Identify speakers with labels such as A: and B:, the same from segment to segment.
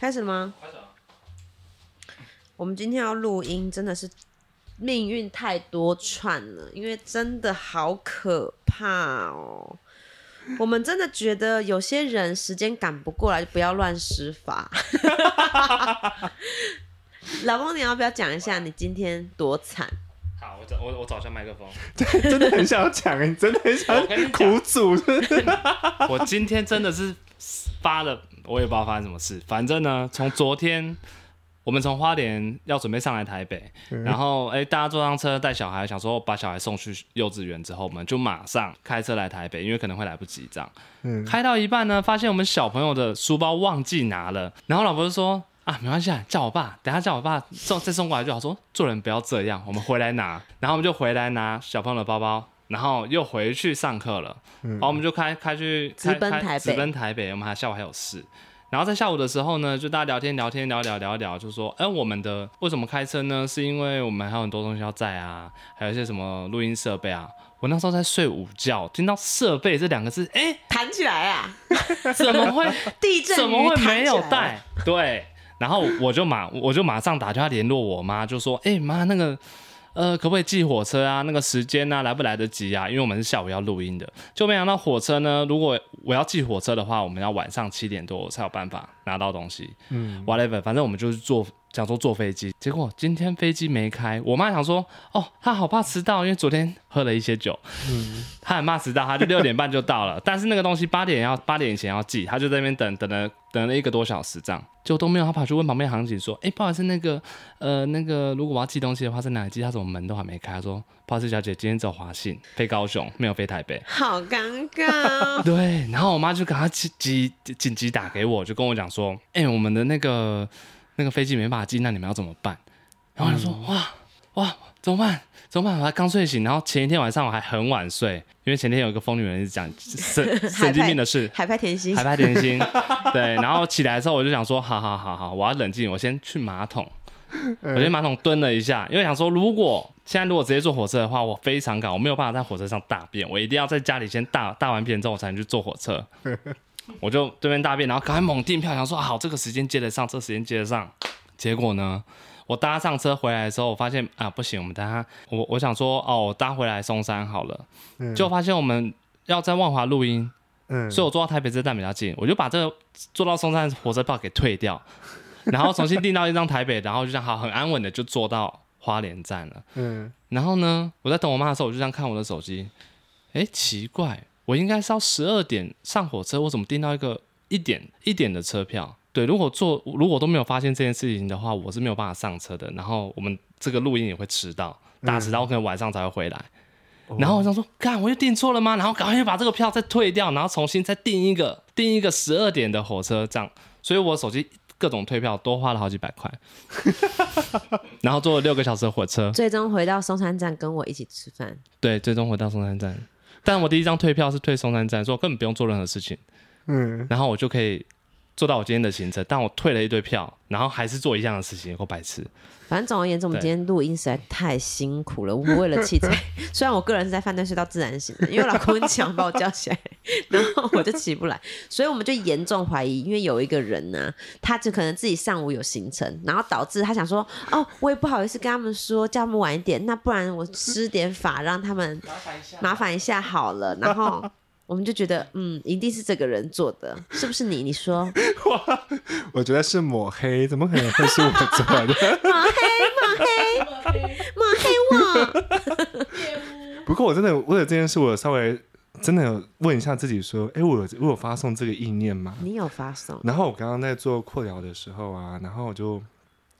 A: 开始了吗？
B: 开始啊！
A: 我们今天要录音，真的是命运太多舛了，因为真的好可怕哦。我们真的觉得有些人时间赶不过来，就不要乱施 法。老公，你要不要讲一下你今天多惨？
B: 好，我找我我找一下麦克风。
C: 真的很想讲，你真的很
B: 我跟你
C: 想
B: 讲
C: 哎苦 主，
A: 嗯
B: 我今天真的是发了，我也不知道发生什么事。反正呢，从昨天我们从花莲要准备上来台北，然后哎、大家坐上车带小孩，想说把小孩送去幼稚园之后，我们就马上开车来台北，因为可能会来不及这样。
C: 嗯
B: 开到一半呢，发现我们小朋友的书包忘记拿了，然后老婆就说。啊，没关系啊，叫我爸，等一下叫我爸送再送过来就好。说做人不要这样，我们回来拿，然后我们就回来拿小朋友的包包，
A: 嗯
B: 然后又回去上课了。然后我们就开开去
A: 直
B: 开
A: 奔
B: 开
A: 台北
B: 直奔台北。我们还下午还有事，然后在下午的时候呢，就大家聊天聊天聊一聊聊一聊，就说，哎、我们的为什么开车呢？是因为我们还有很多东西要载啊，还有一些什么录音设备啊。我那时候在睡午觉，听到“设备”这两个字，哎、
A: 弹起来啊！
B: 怎么会
A: 地震
B: 怎
A: 鱼
B: 么会
A: 弹
B: 没
A: 起
B: 有
A: 来
B: 带？对，然后我就马我就马上打电话联络我妈，就说：“哎、妈，那个呃，可不可以寄火车啊？那个时间啊，来不来得及啊？因为我们是下午要录音的，就没想到火车呢。如果我要寄火车的话，我们要晚上七点多我才有办法拿到东西。嗯，whatever，反正我们就是坐。”想说坐飞机，结果今天飞机没开。我妈想说，哦，她好怕迟到，因为昨天喝了一些酒，他很怕迟到，他就六点半就到了， 但是那个东西八点要八点以前要寄，他就在那边等等了等了一个多小时这样，就都没有。他跑去问旁边行警说：“哎、不好意思，那个呃那个如果我要寄东西的话，在哪里寄？他怎么门都还没开？”他说：“不好意思，小姐，今天只有华信飞高雄，没有飞台北。”！
A: 好尴尬哦
B: 对，然后我妈就赶快紧急紧急打给我，就跟我讲说：“哎、我们的那个那个飞机没办法进，那你们要怎么办？”然后我就说：“哇哇，怎么办？怎么办？”我还刚睡醒，然后前一天晚上我还很晚睡，因为前天有一个疯女人一直讲神神经病的事，
A: 海派甜心
B: 海，派甜心。对，然后起来之后我就想说：“好好好好，我要冷静，我先去马桶。”我先马桶蹲了一下，因为想说，如果现在如果直接坐火车的话，我非常赶，我没有办法在火车上大便，我一定要在家里先大大完便之后，我才能去坐火车。我就这边大便，然后赶快猛订票，想说、啊好，这个时间接得上，这个时间接得上。结果呢，我搭上车回来的时候，我发现啊不行，我们搭我我想说哦，我搭回来松山好了，
C: 嗯
B: 就发现我们要在万华录音，
C: 嗯
B: 所以我坐到台北车站比较近，我就把这个坐到松山火车票给退掉，然后重新订到一张台北，然后就这样好很安稳的就坐到花莲站了。
C: 嗯，
B: 然后呢，我在等我妈的时候，我就这样看我的手机，哎，奇怪，我应该是要十二点上火车，我怎么订到一个一点一点的车票？对，如果坐如果都没有发现这件事情的话，我是没有办法上车的。然后我们这个录音也会迟到，大迟到，我可能晚上才会回来。然后我想说，干，我又订错了吗？然后赶快就把这个票再退掉，然后重新再订一个，订一个十二点的火车，这样。所以我手机各种退票多花了好几百块，然后坐了六个小时的火车，
A: 最终回到松山站跟我一起吃饭。
B: 对，最终回到松山站。但我第一张退票是退松山站，所以我根本不用做任何事情，
C: 嗯，
B: 然后我就可以做到我今天的行程。但我退了一堆票，然后还是做一样的事情，有够白痴。
A: 反正总而言之，我们
B: 对
A: 今天录音实在太辛苦了。我们为了 器材，虽然我个人是在犯罪隧道自然醒的，因为我老公很强把我叫 起来，然后我就起不来，所以我们就严重怀疑，因为有一个人呢、他就可能自己上午有行程，然后导致他想说，哦，我也不好意思跟他们说，叫他们晚一点，那不然我施点法让他们
B: 麻烦一下
A: 麻烦一下好了。然后我们就觉得，嗯，一定是这个人做的，是不是你？你说。
C: 我觉得是抹黑，怎么可能会是我做的？
A: 抹黑，抹黑，抹黑我。
C: 不过我真的为了这件事，我稍微真的有问一下自己说，哎，我有我有发送这个意念吗？
A: 你有发送？
C: 然后我刚刚在做扩疗的时候啊，然后我就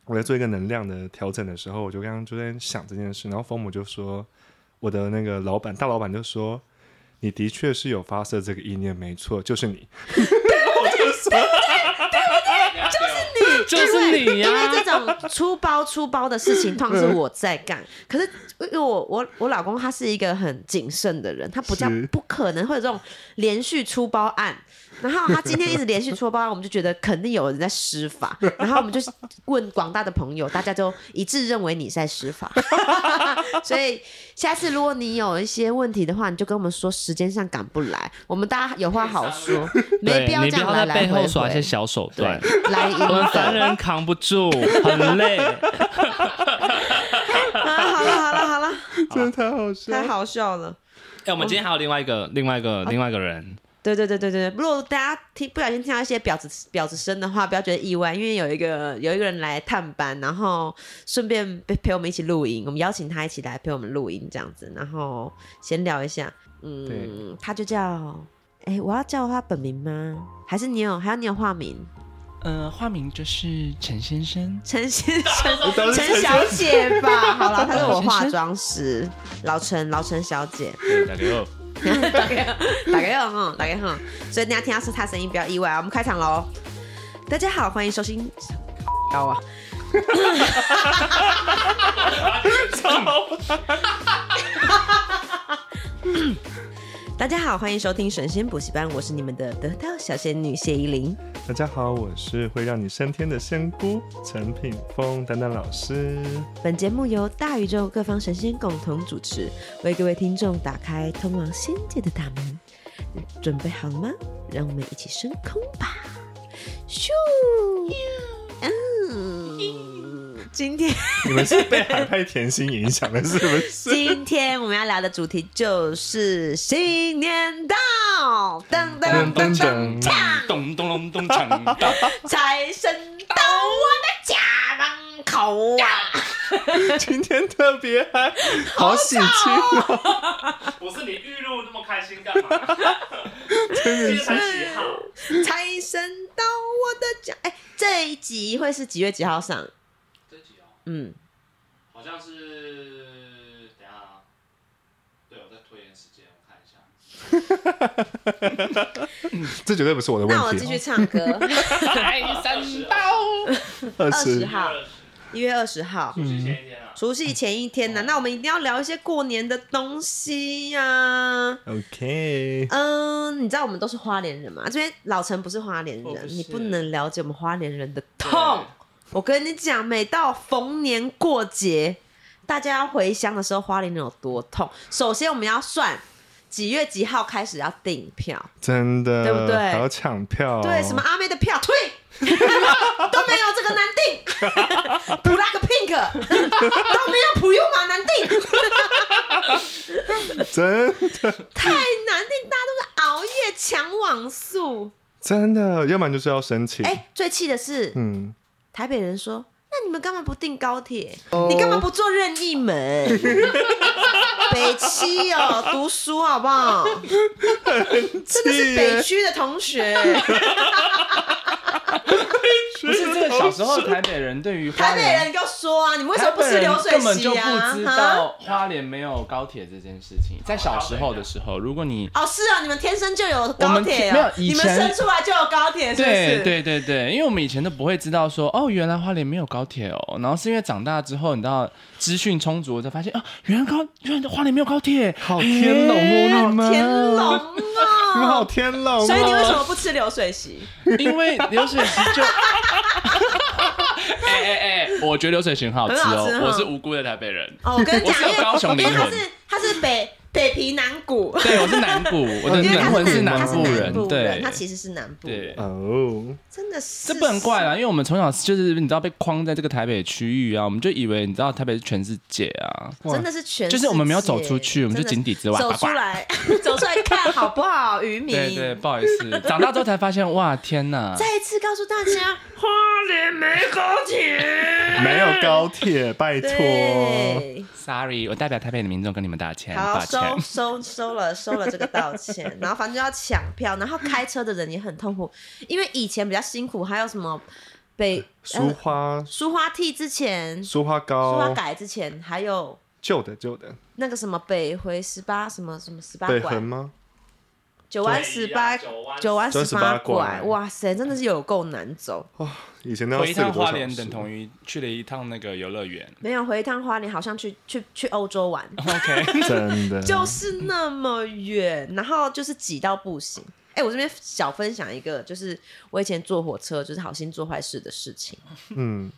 C: 我在做一个能量的调整的时候，我就刚刚就在想这件事，然后父母就说，我的那个老板大老板就说，你的确是有发射这个意念，没错，就是你。
B: 就是你 啊嗯呀、
A: 因为这种出包出包的事情，通常是我在干。可是因为我我我老公他是一个很谨慎的人，他不叫
C: 是
A: 不可能会有这种连续出包案，然后他今天一直连续戳包，我们就觉得肯定有人在施 法，然后我们就问广大的朋友，大家就一致认为你在施 法。所以下次如果你有一些问题的话，你就跟我们说时间上赶不来，我们大家有话好说，没
B: 对
A: 必要
B: 你
A: 这
B: 不
A: 样
B: 要
A: 来来
B: 在背
A: 回
B: 后耍一些
A: 回。
B: 小手
A: 对
B: 段，，
A: 来赢
B: 我们
A: 的
B: 凡人扛不住，很 累。
A: 啊！好了好了好了，
C: 真的太好笑了。
A: 太好笑了。
B: 哎，我们今天还有另外一个、另外一个、另外一个人，
A: 对对对对对，如果大家听不小心听到一些婊子婊子声的话，不要觉得意外，因为有一个有一个人来探班，然后顺便陪陪我们一起录音，我们邀请他一起来陪我们录音这样子，然后闲聊一下。嗯
C: 对，
A: 他就叫，哎，我要叫他本名吗？还是你有还有你有化名？
B: 呃，化名就是陈先 生。
A: 陈先 生
C: 当，时
A: 陈小姐吧。好了，她是我化妆 师，老陈，老陈小姐。
B: 对，大哥，
A: 打给打给我哈，打给我。所以大家听到是他声音，不要意外啊。我们开场喽！大家好，欢迎收听。高啊！ 大家好，欢迎收听神仙补习班，我是你们的得道小仙女谢依霖。
C: 大家好，我是会让你升天的仙姑陈品峰丹丹老师。
A: 本节目由大宇宙各方神仙共同主持，为各位听众打开通往仙界的大门。嗯准备好了吗？让我们一起升空吧！咻！嗯，今天
C: 你 们是被海派甜心影响的，是不是？
A: 今天我们要聊的主题就是新年到，噔噔噔噔
C: 噔
A: 锵！
B: 咚咚咚咚 锵！
A: 财神到我的家门口啊！
C: 今天特别嗨，好喜庆哦！
B: 不是你预录那么开心干嘛？ 今天才几号？
A: 财神到我的家。哎、这一集会是几月几号上？
B: 这几号？
A: 嗯，
B: 好像是等一下啊，对我在拖延时间，我看一下。
C: 这绝对不是我的
A: 那我
C: 问
A: 继续
C: 题。哦
A: 唱 歌。
B: 财神到，
C: 二
A: 二十
C: 十，
A: 号，一月二十号，
B: 出
D: 嗯
B: 去前一天啊。
A: 除夕前一天呢、那我们一定要聊一些过年的东西呀、
C: OK，
A: 嗯，你知道我们都是花莲人嘛？这边老陈不是花莲
B: 我
A: 人，
B: 不是
A: 你不能了解我们花莲人的痛。我跟你讲，每到逢年过节，大家要回乡的时候，花莲人有多痛。首先，我们要算几月几号开始要订票。
C: 真的，
A: 对不对
C: 还要抢票，哦
A: 对，什么？阿妹的票退，都没有这个难定，普拉个 pink 都没有普悠玛难定，
C: 真
A: 太难定，大家都是熬夜抢网速。
C: 真的，要不然就是要申请
A: 哎、。最气的是
C: 嗯，
A: 台北人说。那你们干嘛不订高铁？
D: 哦
A: 你干嘛不坐任意 门？北七哦，读书好不好？真的是北区的同 学，
D: 不是这个小时候台北人对 于花
A: 台北
D: 莲，
A: 人就说啊，你们为什么
D: 台
A: 不
D: 北
A: 吃流
D: 人
A: 水席啊？
D: 根本就不知
A: 啊哈
D: 道花莲没有高铁这件事情。在小时候的时候，如果你
A: 哦，是啊，你们天生就有
D: 我
A: 高
D: 们
A: 铁、
D: 天
A: 啊，
D: 哦没有以
A: 你们
D: 前
A: 生出来就有高铁，是不
D: 对
A: 是？
D: 对对对，因为我们以前都不会知道说哦，原来花莲没有高铁哦。然后是因为长大之后，你知道资讯充足，才发现啊，原来高原来花莲没有高铁，
C: 好天龙哦，你们
A: 哎天龙
C: 你们好
A: 哦！
C: 天龙哦！
A: 所以你为什么不吃流水席？
D: 因为流水席就。 哎哎哎！我觉得流水席很好吃
A: 很好
D: 哦
A: 吃，哦
D: 我是无辜的台北人。
A: 哦，我跟你
D: 我
A: 讲，
D: 是有高雄
A: 因为因为
D: 灵
A: 他
D: 魂
A: 是他是北北皮南谷，
D: 对，我是南部，我的
A: 因为
D: 灵
A: 他
D: 魂
A: 是
D: 哦南
A: 他
D: 部
A: 南
D: 人，
A: 部
D: 对，
A: 他其实是南部人，
D: 对。
C: 哦，
A: 真的是
D: 这不能怪啦，因为我们从小就是你知道被框在这个台北区域啊，我们就以为你知道台北是全世界啊，
C: 哇
A: 真的是全世界，
D: 就是我们没有走出去我们就
A: 真的
D: 井底之蛙
A: 走
D: 呱呱
A: 出来，走出来看好不好，渔民？
D: 对对，不好意思， 长大之后才发现，哇，天哪！
A: 再一次告诉大 家，
C: 没有高铁，拜托。
A: 对，
D: ，sorry，我代表台北的民众跟你们道歉，
A: 好，
D: 抱
A: 收。
D: 歉
A: 收收了收了这个道歉，然后反正就要抢票，然后开车的人也很痛苦，因为以前比较辛苦，还有什么北
D: 呃
C: 苏花，
A: 苏花替之前，苏
C: 苏花
A: 花
D: 哦
C: 糕，
A: 改之前，还有
C: 旧的旧的，
A: 那个什么北回十八什么什么十八
C: 北横
A: 拐，
C: 吗？
A: 九弯十八
B: 对
A: 九弯
C: 九弯
A: 十八
C: 18拐
A: 哇塞，真的是有够难走。
C: 以前都要
D: 回一
C: 四个
D: 趟
C: 多
D: 花
C: 小
D: 莲，
C: 时
D: 等。同于去了一趟那个游乐园。
A: 没有回一趟花莲，好像去去去欧洲玩，
D: OK，
C: 真的，
A: 就是那么远，然后就是挤到不行。哎、我这边小分享一个，就是我以前坐火车，就是好心做坏事的事情。
C: 嗯，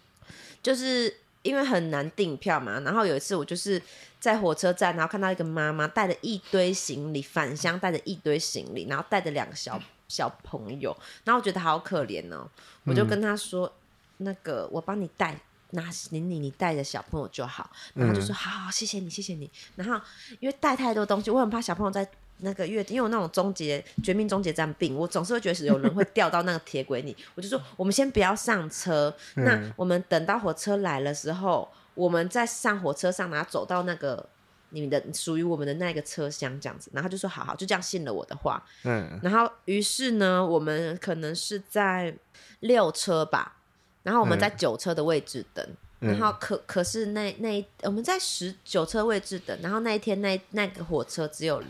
A: 就是因为很难订票嘛，然后有一次我就是在火车站，然后看到一个妈妈带着一堆行李，返乡带着一堆行李，然后带着两个小小朋友，然后我觉得好可怜哦，我就跟她说，那个我帮你带。拿行李，你带着小朋友就好。然后她就说：“好好，谢谢你，谢谢你。”然后因为带太多东西，我很怕小朋友在那个月底，因为我那种终结绝命终结站病，我总是会觉得有人会掉到那个铁轨里。我就说，我们先不要上车，那我们等到火车来的时候，我们再上火车上，然后走到那个你们的属于我们的那个车厢这样子。然后他就说，好好，就这样信了我的话。
C: 嗯
A: 然后于是呢，我们可能是在六车吧，然后我们在九车的位置等。
C: 嗯
A: 然后可可是那那一我们在十九车位置等，然后那一天那那个火车只有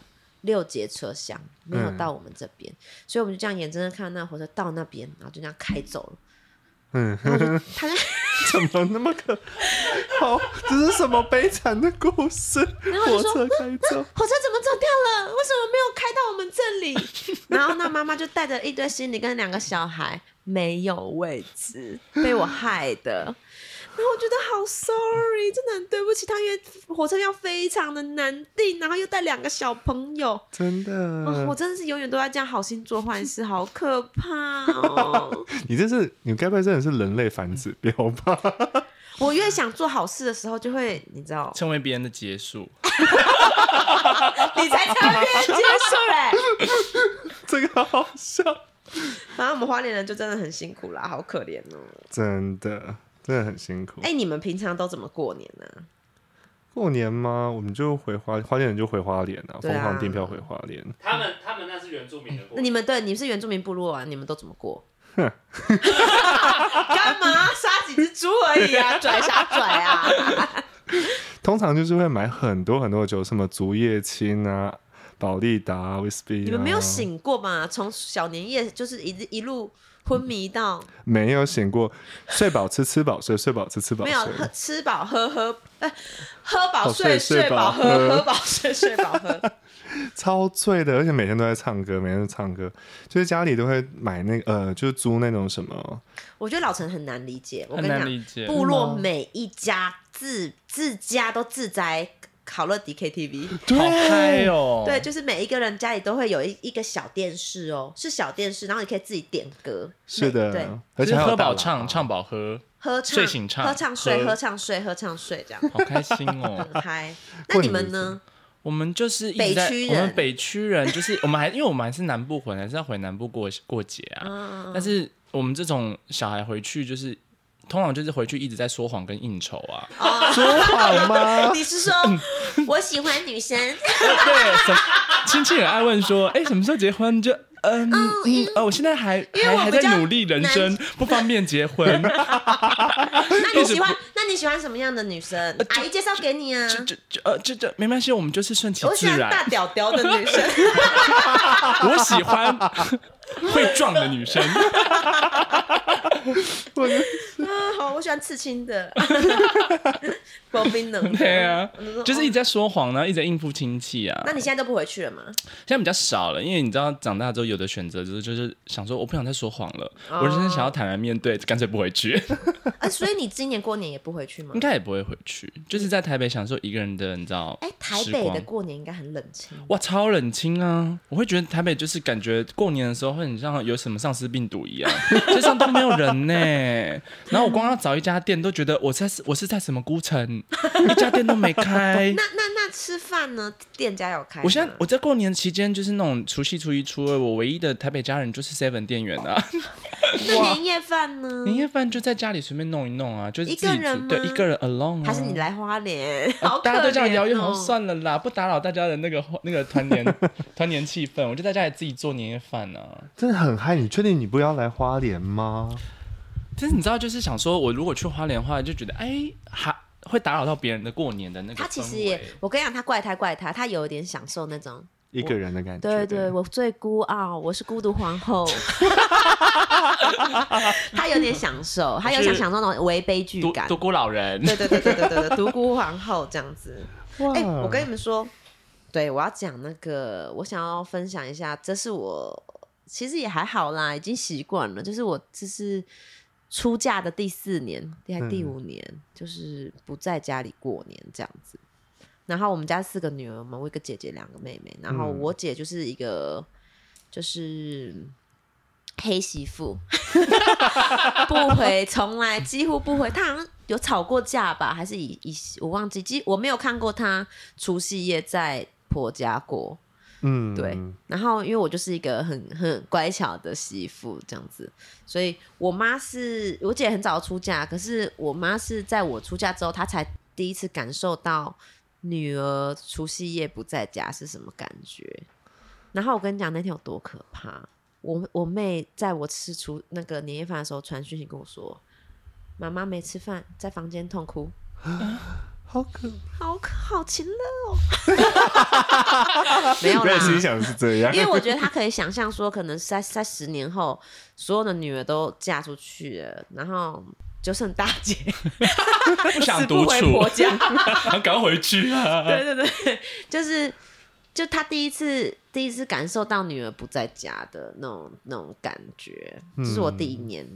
A: 六节车厢，没有
C: 嗯
A: 到我们这边，所以我们就这样眼睁睁看到那火车到那边，然后就这样开走了。
C: 嗯，
A: 然后我就他就
C: 怎么那么可好？这是什么悲惨的故事？火车开 走，
A: 火车怎么走掉了？为什么没有开到我们这里？ 然后那妈妈就带着一堆行李跟两个小孩，没有位置，被我害的。然后我觉得好 sorry，真的很对不起他，因为火车票非常的难订，然后又带两个小朋友，
C: 真的
A: 哇，我真的是永远都在这样好心做坏事，好可怕哦！
C: 你这是你该不会真的是人类反指标吧？
A: 我越想做好事的时候，就会你知道，
D: 成为别人的结束。
A: 你才差点结束嘞。
C: 这个好好笑，
A: 反正我们花莲人就真的很辛苦啦，好可怜哦。
C: 嗯真的真的很辛苦。
A: 哎、你们平常都怎么过年呢、
C: 过年吗？我们就回花花莲人就回花莲啊，
A: 对
C: 疯
A: 啊
C: 狂订票回花莲。
B: 他们他们那是原住民的
A: 那
B: 过
A: 你们对你是原住民部落啊，你们都怎么过？干嘛杀几只猪而已啊，拽啥拽啊？
C: 通常就是会买很多很多的酒，什么竹叶青啊、宝利达、啊、威士忌、啊。
A: 你们没有？醒过吧？从小年夜就是一直一路昏迷到
C: 没有醒过，睡饱吃，吃饱睡， 睡饱吃，吃饱
A: 没
C: 睡
A: 有。喝吃饱喝喝，呃，喝饱
C: 哦
A: 睡
C: 睡
A: 睡
C: 睡
A: 饱
C: 饱
A: 喝
C: 喝
A: 喝饱睡睡饱喝。
C: 超醉的，而且每天都在唱歌，每天都唱歌，就是家里都会买那个呃，就是租那种什么，
A: 我觉得老陈很难理解，我跟
D: 很
A: 你
D: 难
A: 讲，
D: 理解
A: 部落每一家自自家都自宅烤乐迪 KTV。
D: 好嗨哦！
A: 对，，就是每一个人家里都会有一一个小电视哦，是小电视，然后你可以自己点歌。
C: 是
A: 每对，
C: 的，而且
D: 就是
C: 还有
D: 喝
C: 大
D: 饱
C: 喇叭
D: 唱，唱饱喝，
A: 喝唱、
D: 睡醒唱
A: 喝唱睡、
D: 喝
A: 喝唱睡、喝唱睡这样，
D: 好开心哦！
A: 很嗨。那
C: 过
A: 你
C: 年
A: 们
C: 的
A: 呢？
D: 我们就是一
A: 北
D: 直在
A: 区
D: 我
A: 人
D: 们北区人，就是我们还因为我们还是南部回来，还是要回南部过过节啊。
A: 嗯，
D: 但是我们这种小孩回去就是。通常就是回去一直在说谎跟应酬啊，
C: 说谎吗？
A: 啊你是说
D: 嗯
A: 我喜欢女 生？
D: 对，什么亲戚很爱问说，哎、什么时候结婚？就嗯嗯呃，我现在还
A: 哦因为
D: 还
A: 我
D: 还
A: 比较嗯
D: 在努力人 生，不方便结婚，
A: 那你喜欢
D: 一？
A: 那你喜欢什么样的女生？阿姨介绍给你啊。
D: 呃就就就呃就就没关系，我们就是顺其
A: 我
D: 自
A: 喜欢
D: 然
A: 大。屌屌的女 生，
D: 我喜欢 会撞的 女生，
A: 啊，好，我喜欢刺青 的， 薄冰冷的。
D: 对啊
A: 我说，
D: 就是一
A: 哦
D: 直在说谎，啊然后一直在应付亲戚啊。
A: 那你现在都不回去了 吗？
D: 现在比较少了，因为你知道长大之后有的选择就是就是想说我不想再说谎了，我真的想
A: 哦
D: 要坦然面对，干脆不回去，
A: 啊，所以你今年过年也不回去吗
D: 应？该也不会回去，就是在台北享受一个人的，你知道？
A: 哎，台
D: 时
A: 北的
D: 光
A: 过年应该很冷清。
D: 哇，超冷清啊！我会觉得台北就是感觉过年的时候会很像有什么丧尸病毒 一样，街上都没有人呢、然后我光要找一家店都觉得我在我是在什么孤 城，一家店都没开
A: 那。那那吃饭呢？店家有开吗？
D: 我现在我在过年期间就是那种除夕、初一、初二，我唯一的台北家人就是 Seven 店员 啊。
A: 那年夜饭呢？
D: 年夜饭就在家里随便弄一弄啊，就是
A: 一
D: 自
A: 个
D: 己
A: 人
D: 煮
A: 吗
D: 对一个人 alone 啊。
A: 还是你来花莲？
D: 啊
A: 好可
D: 大家都这样摇一
A: 怜哦
D: 摇，算了啦，不打扰大家的那个那个团年 团年气氛，我就在家里自己做年夜饭呢、啊。
C: 真的很嗨，你确定你不要来花莲吗？
D: 但是你知道，就是想说，我如果去花莲的话，就觉得哎，还会打扰到别人的过年的那个氛围。
A: 他其实也，我跟你讲，他怪他怪他，他有点享受那种，
C: 一个人的感觉，
A: 对对，我最孤傲，我是孤独皇 后。他有点享受，他有想享受那种微悲剧
D: 独
A: 感。
D: 独孤老人，
A: 对对对对对对对，独孤皇后这样子。
C: 哇
A: 哎、我跟你们说，对我要讲那个，我想要分享一下，这是我其实也还好啦，已经习惯了。就是我这是出嫁的第四年，第还第五年，就是不在家里过年这样子。然后我们家四个女儿嘛，我一个姐姐，两个妹妹。然后
C: 嗯
A: 我姐就是一个就是黑媳妇， 不回，从来几乎不回。她好像有吵过架吧，还是以以我忘记，几我没有看过她除夕夜在婆家过。
C: 嗯，
A: 对然后因为我就是一个很很乖巧的媳妇这样子，所以我妈是我姐很早出嫁，可是我妈是在我出嫁之后，她才第一次感受到女儿除夕夜不在家是什么感觉。然后我跟你讲那天有多可怕，我我妹在我吃除那个年夜饭的时候传讯息跟我说，妈妈没吃饭，在房间痛哭。
C: 好可，
A: 好可好勤乐哦， 没 有
C: 我也
A: 啦，
C: 心想是这样
A: 因，为我觉得他可以想象说，可能在在十年后，所有的女儿都嫁出去了，然后就剩大姐
D: 不想
A: 死嗯
D: 独
A: 不回
D: 处
A: 婆，家。
D: 赶快回去啊！
A: 对对对，就是就他第一次第一次感受到女儿不在家的那种那种感觉，这、是我第一年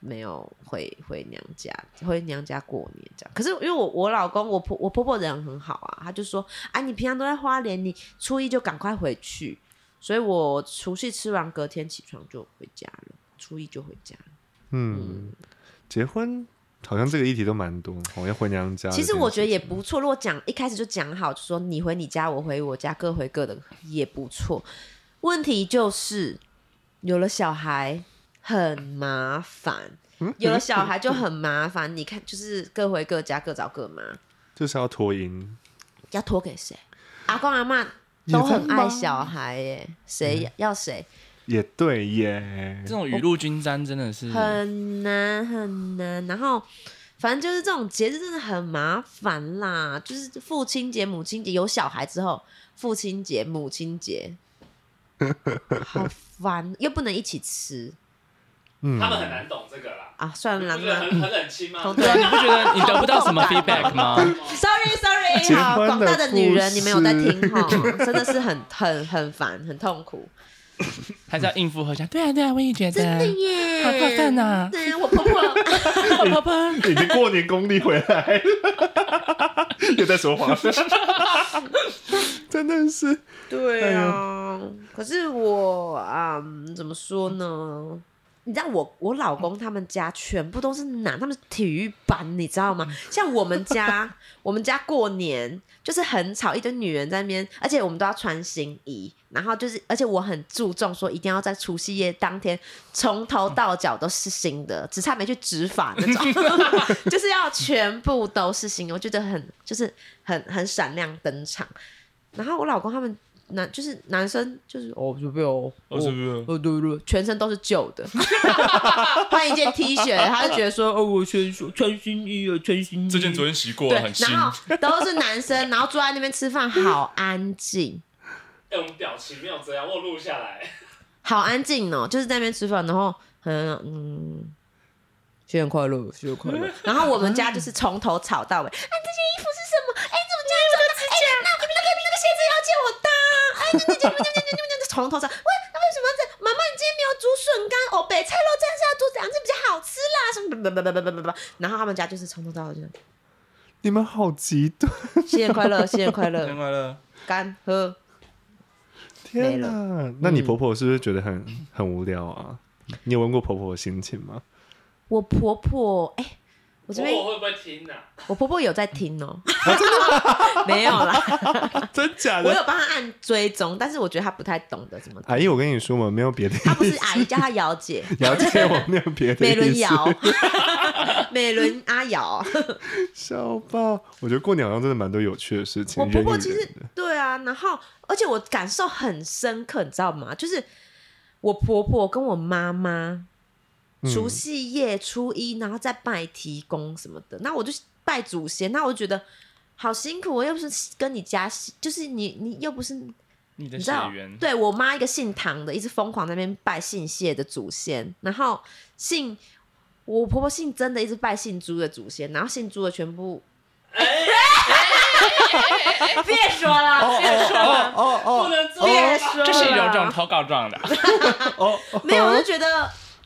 A: 没有回回娘家，回娘家过年这样。可是因为我我老公我婆我婆婆人很好啊，他就说啊，你平常都在花莲，你初一就赶快回去。所以我除夕吃完，隔天起床就回家了，初一就回家了。
C: 嗯，结婚好像这个议题都蛮多，我要回娘家。
A: 其实我觉得也，不错，如果讲一开始就讲好，就说你回你家，我回我家，各回各的也不错。问题就是有了小孩很麻烦，有了小孩就很麻烦。你看，就是各回各家，各找各妈，
C: 就是要脱音，
A: 要托给谁？阿公阿妈都很爱小孩耶，谁要谁
C: 也对耶
D: 这。种雨露均沾真 的是
A: 很难很难。然后。反正就是这种节日真的很麻烦啦，就是父亲节、母亲节，有小孩之后，父亲节、母亲节，好烦，又不能一起吃
C: 嗯，
B: 难懂这个啦，
A: 啊！算了啦，
B: 很冷清吗
A: 同
D: 对啊，你不觉得你得不到 什么 feedback 吗？
A: sorry
C: 结
A: sorry，好，
C: 婚的
A: 广大的女人，
C: 故
A: 你
C: 事
A: 们有在听哈？真的是很很很烦，很痛苦，
D: 还是要应付合家？对啊，对啊，我也觉得，
A: 耶
D: 好过分啊
A: 对啊，我婆婆，
D: 我婆 婆
C: 已经过年功力回来了， 又在说谎，真的是
A: 对啊，可是我啊、嗯怎么说呢？你知道我我老公他们家全部都是男，他们是体育班，你知道吗？像我们家，我们家过年就是很吵，一堆女人在那边，而且我们都要穿新衣，然后就是，而且我很注重说一定要在除夕夜当天从头到脚都是新的，只差没去植发那种， 就是要全部都是新的，我觉得很就是很很闪亮登场。然后我老公他们男就是男生就是哦就被我
D: 我是不是
A: 哦对对，全身都是旧的， 换一件 T 恤，他就觉得说哦我穿穿新衣了，穿新衣。
D: 这件昨天洗过
A: 对
D: 了，很，新
A: 然。后都是男生，然后坐在那边吃饭，好安静，
B: 哎，我们表情没有这样，我录下来。
A: 好安静哦，就是在那边吃饭，然后嗯嗯，新年快乐，新年快乐。 然后我们家就是从头吵到尾，哎，这件衣服是什么？哎，怎么这样？怎么哎，那那个那个鞋子要借我搭，哎，那那那那那那那从头吵， 喂，那为什么这？妈妈，你今天没有煮笋干哦，北菜肉酱是要煮怎样？这比较好吃啦，什么不不不不不不不。然后他们家就是从头到尾就
C: 你们好极端，
A: 新年快乐，新年快乐
D: 新年，快
A: 啊
D: 乐！
A: 干喝。
C: 天哪！那你婆婆是不是觉得很很无聊啊？你有问过婆婆的心情吗？
A: 我婆婆，哎、我这边
B: 会不会听啊呢？
A: 我婆婆有在听 哦、没有啦，
C: 真假
A: 我？有帮她按追踪，但是我觉得她不太懂得怎么，
C: 阿姨，我跟你说嘛，没有别的
A: 她不
C: 意
A: 是
C: 思，
A: 阿姨，叫她姚姐，
C: 了解我没有别的
A: 美
C: 意
A: 伦
C: 思。
A: 姚， 美伦阿姚。
C: 笑爆！我觉得过年好像真的蛮多有趣的事情。
A: 我婆婆
C: 人与
A: 其
C: 人
A: 实
C: 的
A: 对啊，然后而且我感受很深刻，你知道吗？就是我婆婆跟我妈妈
C: 嗯
A: 除夕夜、初一，然后再拜提公什么的，那我就拜祖先，那我就觉得好辛苦，我又不是跟你家，就是你你又不是
D: 你的
A: 你
D: 血
A: 知道
D: 缘，，
A: 对我妈一个姓唐的，一直疯狂在那边拜姓谢的祖先，然后姓我婆婆姓曾的，一直拜姓朱的祖先，然后姓朱的全部。别说了，别说了，
C: 哦哦，
D: 不能做
A: 别说了，
D: 这是一种这种投稿状的，
A: 没有，我就觉得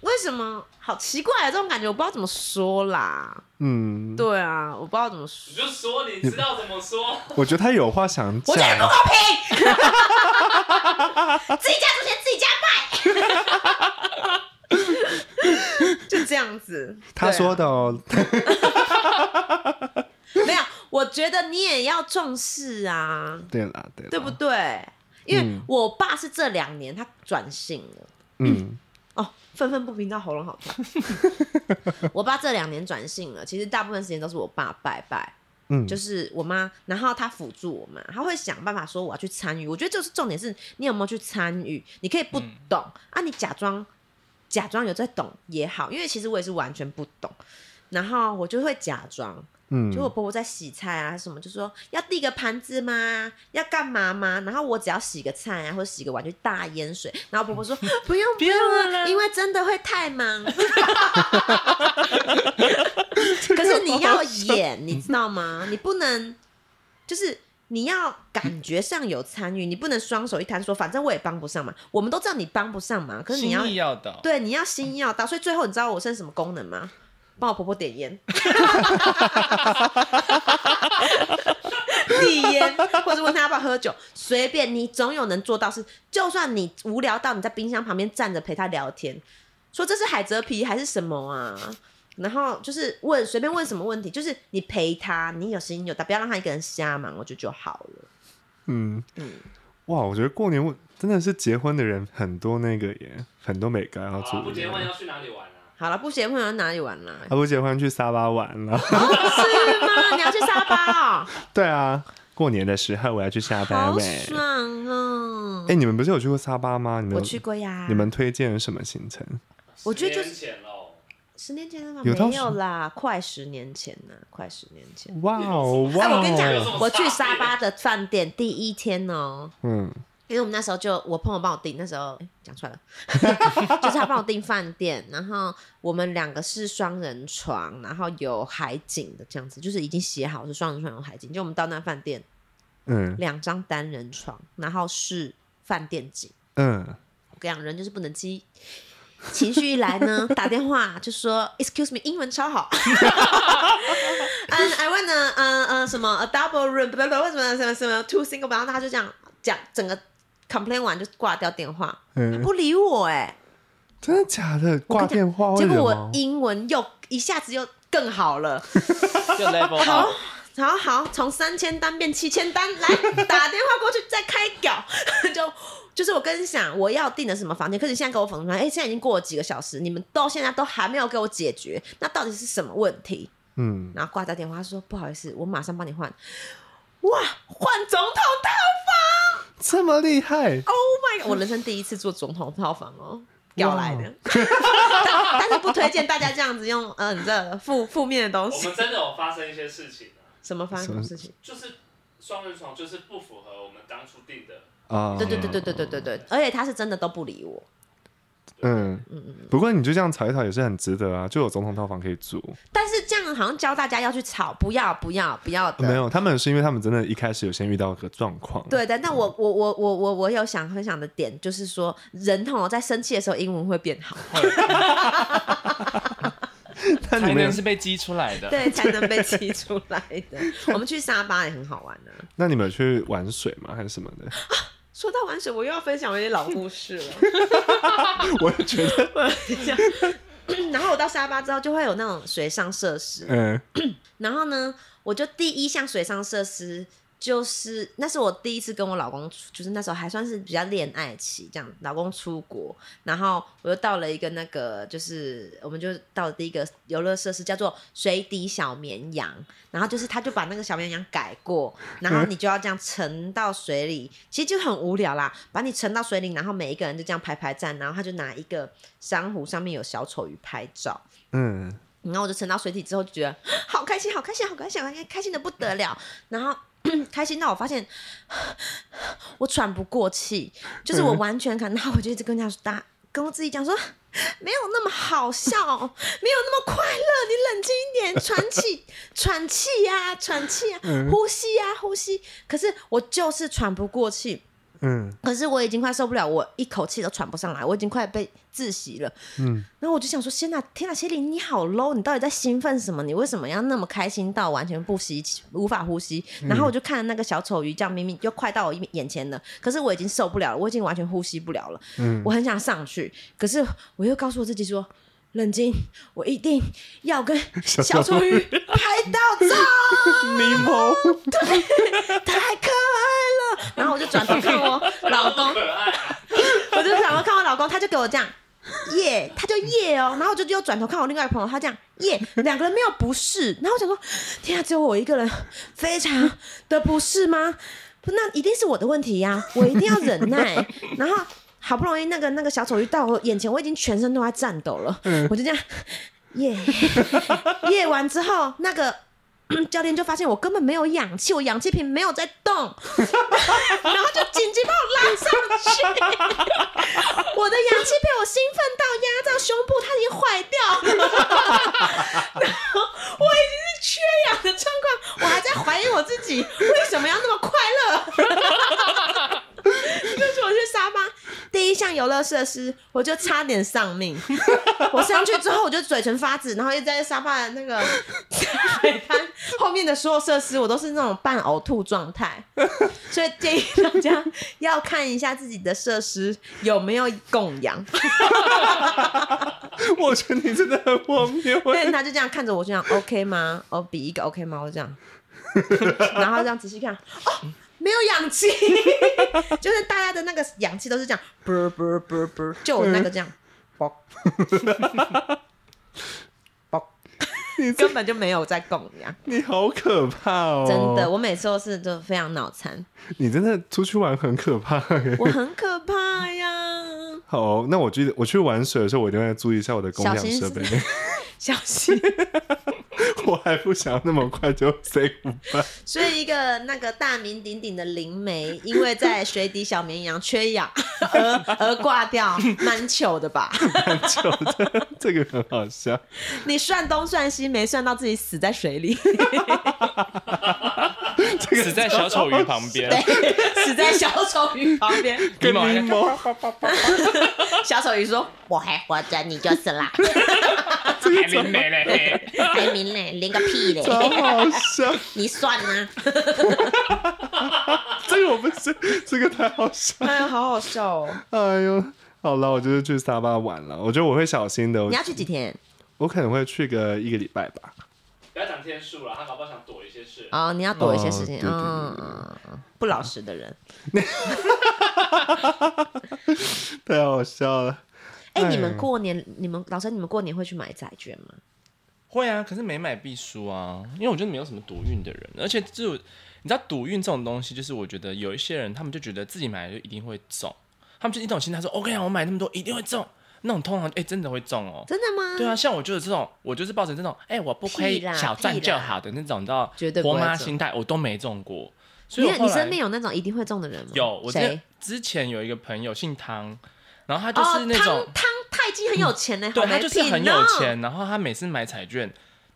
A: 为什么好奇怪啊，这种感觉我不知道怎么说啦。
C: 嗯，
A: 对啊，我不知道怎么说。
B: 就说你知道怎么 说，啊
C: 我觉得他有话想
A: 我觉得不
C: 讲，
A: 公平，自己家出钱自己家卖，就这样子。
C: 他说
A: 的
C: 的哦，
A: 没有，我觉得你也要重视啊，
C: 对啦对啦，
A: 对不对？因为
C: 嗯
A: 我爸是这两年他转性了。
C: 嗯
A: 哦，愤愤不平到喉咙好 痛。我爸这两年转性了，其实大部分时间都是我爸拜拜，
C: 嗯，
A: 就是我妈，然后他辅助我妈，他会想办法说我要去参与。我觉得就是重点是你有没有去参与，你可以不懂、
C: 嗯
A: 啊，你假装假装有在懂也好，因为其实我也是完全不懂，然后我就会假装，
C: 嗯，
A: 就我婆婆在洗菜啊什么，就说要递个盘子吗？要干嘛吗？然后我只要洗个菜啊，或者洗个碗就大淹水。然后婆婆 说不用不用啊，因为真的会太忙。 可是你要演，你知道吗？你不能就是。你要感觉上有参与，你不能双手一摊说，反正我也帮不上忙。我们都知道你帮不上忙，可是你要
D: 心意要的，
A: 对，你要心要到，所以最后你知道我剩什么功能吗？帮我婆婆点烟，递烟，或者问她要不要喝酒，随便你总有能做到是，就算你无聊到你在冰箱旁边站着陪她聊天，说这是海蜇皮还是什么啊？然后就是问随便问什么问题，就是你陪她，你有心有到，不要让她一个人瞎忙，我觉得就好了。
C: 嗯
A: 嗯，
C: 哇，我觉得过年我真的是结婚的人很多那个耶，很多美感要
A: 哦
C: 注意。
B: 去哪里玩啊？
A: 好了，不结婚要哪里玩啦？
C: 他啊不结婚去沙巴玩了，
A: 是吗？你要去沙巴哦？
C: 对啊，过年的时候我要去沙巴
A: 好
C: 玩。
A: 爽哦！
C: 哎、你们不是有去过沙巴吗？你们
A: 我
C: 有
A: 去过呀。
C: 你们推荐什么行程？
A: 我觉得就是哦
B: 十年前
A: 十年前
B: 喽。
A: 了吗？
C: 有到
A: 没有啦，快十年前呢，快十年前。
C: 哇哦哇
A: 哎，我跟你
B: 有这
A: 讲，
B: 么
A: 我去
B: 差
A: 沙
B: 别
A: 巴的饭店第一天哦，
C: 嗯
A: 因为我们那时候就我朋友帮我订，那时候哎讲出来了， 就是他帮我订饭店，然后我们两个是双人床，然后有海景的这样子，就是已经写好是双人床有海景。就我们到那饭店，
C: 嗯
A: 两张单人床，然后是饭店景。
C: 嗯，
A: 我跟你讲，人就是不能激。情绪一来呢，打电话就说 “Excuse me”，英文超好。 嗯，I want a 嗯嗯什么 a double room，不不不，什么什么什么 two single，然后他就这样讲，整个 complain 完就挂掉电话，
C: 嗯
A: 不理我哎、
C: 真的假的？挂电话为
A: 结
C: 什
A: 果
C: 么
A: 我？英文又一下子又更好了，
D: 就 level up，
A: 好好，从三千单变七千单，来打电话过去再开搞， 就就是我跟你讲，我要订的什么房间，可是你现在给我房间，哎、现在已经过了几个小时，你们到现在都还没有给我解决，那到底是什么问题？
C: 嗯，
A: 然后挂掉电话，他说不好意思，我马上帮你换。哇，换总统套房
C: 这么厉
A: ！Oh
C: 害，
A: my god，我人生第一次做总统套房哦。搞来的，但但是不推荐大家这样子用，嗯、呃，你这负负面的东
B: 我
A: 西
B: 们，真的有发生一些事情啊，
A: 什么发生什么事情？
B: 就是双人床就是不符合我们当初定的。
C: 啊！
A: 对对对对对对对对，而且他是真的都不理我，
C: 嗯，不过你就这样吵一吵也是很值得啊，就有总统套房可以住。
A: 但是这样好像教大家要去吵，不要不要不要的。
C: 没有，他们是因为他们真的一开始有先遇到个状况。，
A: 对的，但我我我我我我有想分享的点，就是说人吼在生气的时候英文会变 好，
C: 那
D: 才
C: 你
D: 能
C: 们
D: 是被激出来的。
A: 对，才能被激出来的。我们去沙巴也很好玩啊。
C: 那你们有去玩水吗？还是什么 的？
A: 说到玩水，我又要分享我一些老故事了。
C: 我也觉得，
A: 然后我到沙巴之后，就会有那种水上设施，
C: 嗯
A: 然后呢，我就第一项水上设施就是，那是我第一次跟我老公出，就是那时候还算是比较恋爱期，这样老公出国，然后我又到了一个那个，就是我们就到了第一个游乐设施，叫做水底小绵羊，然后就是他就把那个小绵羊改过，然后你就要这样沉到水里，其实就很无聊啦，把你沉到水里，然后每一个人就这样排排站，然后他就拿一个珊瑚上面有小丑鱼拍照。
C: 嗯，
A: 然后我就沉到水底之后，就觉得好开心，好开心，好开心，好开心，开心的不得了。然后 开心到我发现 我喘不过气，就是我完全看，然后我就一直跟他说，大跟我自己讲说，没有那么好笑，没有那么快乐，你冷静一点，喘气，喘气呀、喘气呀、呼吸呀、呼吸。可是我就是喘不过气，
C: 嗯，
A: 可是我已经快受不了，我一口气都喘不上来，我已经快被窒息了。嗯，然后我就想说，天哪，天哪，谢玲，你好 low，你到底在兴奋什么？你为什么要那么开心到完全不吸气，无法呼吸？然后我就看那个小丑鱼，这样明明就快到我眼前了，可是我已经受不了了，我已经完全呼吸不了了。嗯，我很想上去，可是我又告诉我自己说。冷静，我一定要跟 小丑鱼拍到 照。
C: 柠檬，
A: 太可爱了。然后我就转头看我老公，
B: 啊
A: 我就转头看我老公，他就给我这样。耶他就耶哦，然后我就又转头看我另外一个朋友，他这样耶两个人没有不适，然后我想说，天啊，只有我一个人非常的不适吗？不，那一定是我的问题呀、我一定要忍耐。然后好不容易那个那个小丑鱼到我眼前，我已经全身都在颤抖了，我就这样耶耶完之后，那个 嗯教练就发现我根本没有氧气，我氧气瓶没有在动， 然后就紧急把我拉上去。我的氧气被我兴奋到压到胸部，它已经坏掉了。 然后我已经是缺氧的状况，我还在怀疑我自己为什么要那么快乐。 就是我去沙巴第一项游乐设施，我就差点丧命。我上去之后，我就嘴唇发紫，然后一直在沙发的那个 海滩后面的所有设施，我都是那种半呕吐状态。所以建议大家要看一下自己的设施有没有供氧。
C: 我觉得你真的很荒谬欸。
A: 对，他就这样看着我，就这样 OK 吗？我比一个 OK 吗？我就这样， 然后这样仔细看，哦，没有氧气， 就是大家的那个氧气都是这样，啵啵啵啵，就我那个这样，
C: 嗯
A: 啵， 啵，根本就没有在供氧，
C: 你好可怕哦！
A: 真的，，我每次都是就非常脑残，
C: 你真的出去玩很可怕欸。
A: 我很可怕呀，
C: 好哦，那我记得我去玩水的时候，我一定会注意一下我的供氧
A: 小心
C: 设备。
A: 小心。
C: 我还不想那么快就 say goodbye。
A: 所以一个那个大名鼎鼎的灵媒，因为在水底小绵羊缺氧 而而挂掉，蛮糗的吧？
C: 就这这个很好 笑。
A: 你算东算西，没算到自己死在水里，
D: 死在小丑鱼旁 边，
A: 对，死在小丑鱼旁边。
D: 跟柠檬
A: 小丑鱼说：“我还活着，你就死啦，
D: 还没没嘞，
A: 还明嘞，连个屁嘞，
C: 好好笑，
A: 你算啊
C: 这个我不是，这个太好笑！”，
A: 哎呀，好好笑哦！
C: 哎呦，好了，我就是去沙巴玩了，我觉得我会小心的，我
A: 你要去几天？
C: 我可能会去个一个礼拜吧，
B: 不要讲天数了，他搞不好想躲一些事。
A: 哦，你要躲一些事情，
C: 哦
A: 嗯，不老实的人。
C: 太好笑了。
A: 哎，
C: 哎
A: 你们过年，你们老师，你们过年会去买债券吗？
D: 会啊，可是没买必输啊，因为我觉得没有什么赌运的人，而且就你知道赌运这种东西，就是我觉得有一些人他们就觉得自己买了就一定会中，他们就一种心态说 OK 啊，我买那么多一定会中，那种通常哎、真的会中哦。
A: 真的吗？
D: 对啊，像我就是这种，我就是抱着这种，哎、我不亏
A: 屁啦
D: 小赚
A: 屁啦
D: 就好的那种，你知道
A: 绝对，不
D: 婆
A: 会
D: 妈
A: 中
D: 心态，我都没中过。所
A: 你
D: 以我
A: 有
D: 后
A: 你
D: 来
A: 身边有那种一定会中的人吗？
D: 有，我之
A: 谁
D: 前？之前有一个朋友姓汤，然后他就是那种，嗯
A: 哦、汤汤他已经很有钱呢、好
D: 对他
A: 没
D: 就是
A: 品
D: 很有
A: 哦。
D: 钱，然后他每次买彩券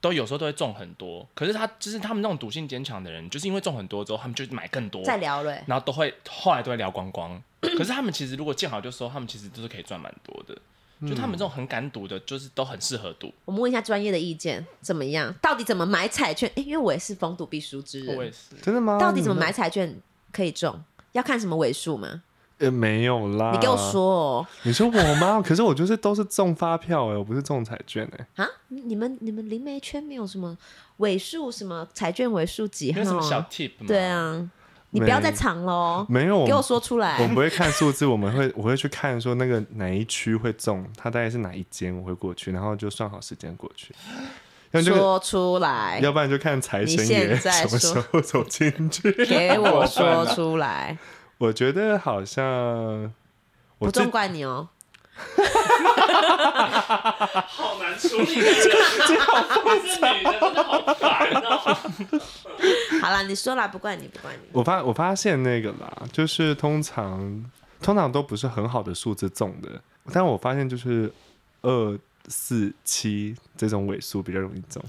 D: 都有时候都会中很多，可是他就是他们那种赌性坚强的人，就是因为中很多之后，他们就买更多，
A: 再聊了欸、
D: 然后都会后来都会聊光光。可是他们其实如果见好就收，他们其实都是可以赚蛮多的。就他们这种很敢赌的，就是都很适合赌。
A: 我们问一下专业的意见怎么样？到底怎么买彩券？哎诶因为我也是哦逢赌必输之
D: 我
A: 人
D: 也，是，嗯
C: 真的吗？
A: 到底怎么
C: 你们？
A: 买彩券可以中？要看什么尾数吗？
C: 呃，没有啦。
A: 你给我，
D: 啊
A: 说哦！
C: 你说我 吗？可是我就是都是中发票哎、我不是中彩券哎、
A: 啊，你们你们灵媒圈没有什么尾数，什么彩券尾数几
D: 因
A: 号
D: 为什么小
A: 啊？
D: tip 嘛？
A: 对，啊，你不要再藏了哦，
C: 没有。
A: 给我说出
C: 我
A: 来
C: 不。会看数字，我们会我会去看说那个哪一区会中，它大概是哪一间，我会过去，然后就算好时间过去。要不然就
A: 说出来，
C: 要不然就看财神
A: 你
C: 爷
A: 现在
C: 什么时候走进去。
A: 给 我说出来，
C: 我觉得好像我
A: 不
C: 自
A: 中怪你哦。
B: 好难处理的人，这女的真的好烦哦。
A: 好啦，你说啦，不怪你，不怪你。
C: 我发我发现那个啦，就是通常通常都不是很好的数字中的，但我发现就是二四七这种尾数比较容易中。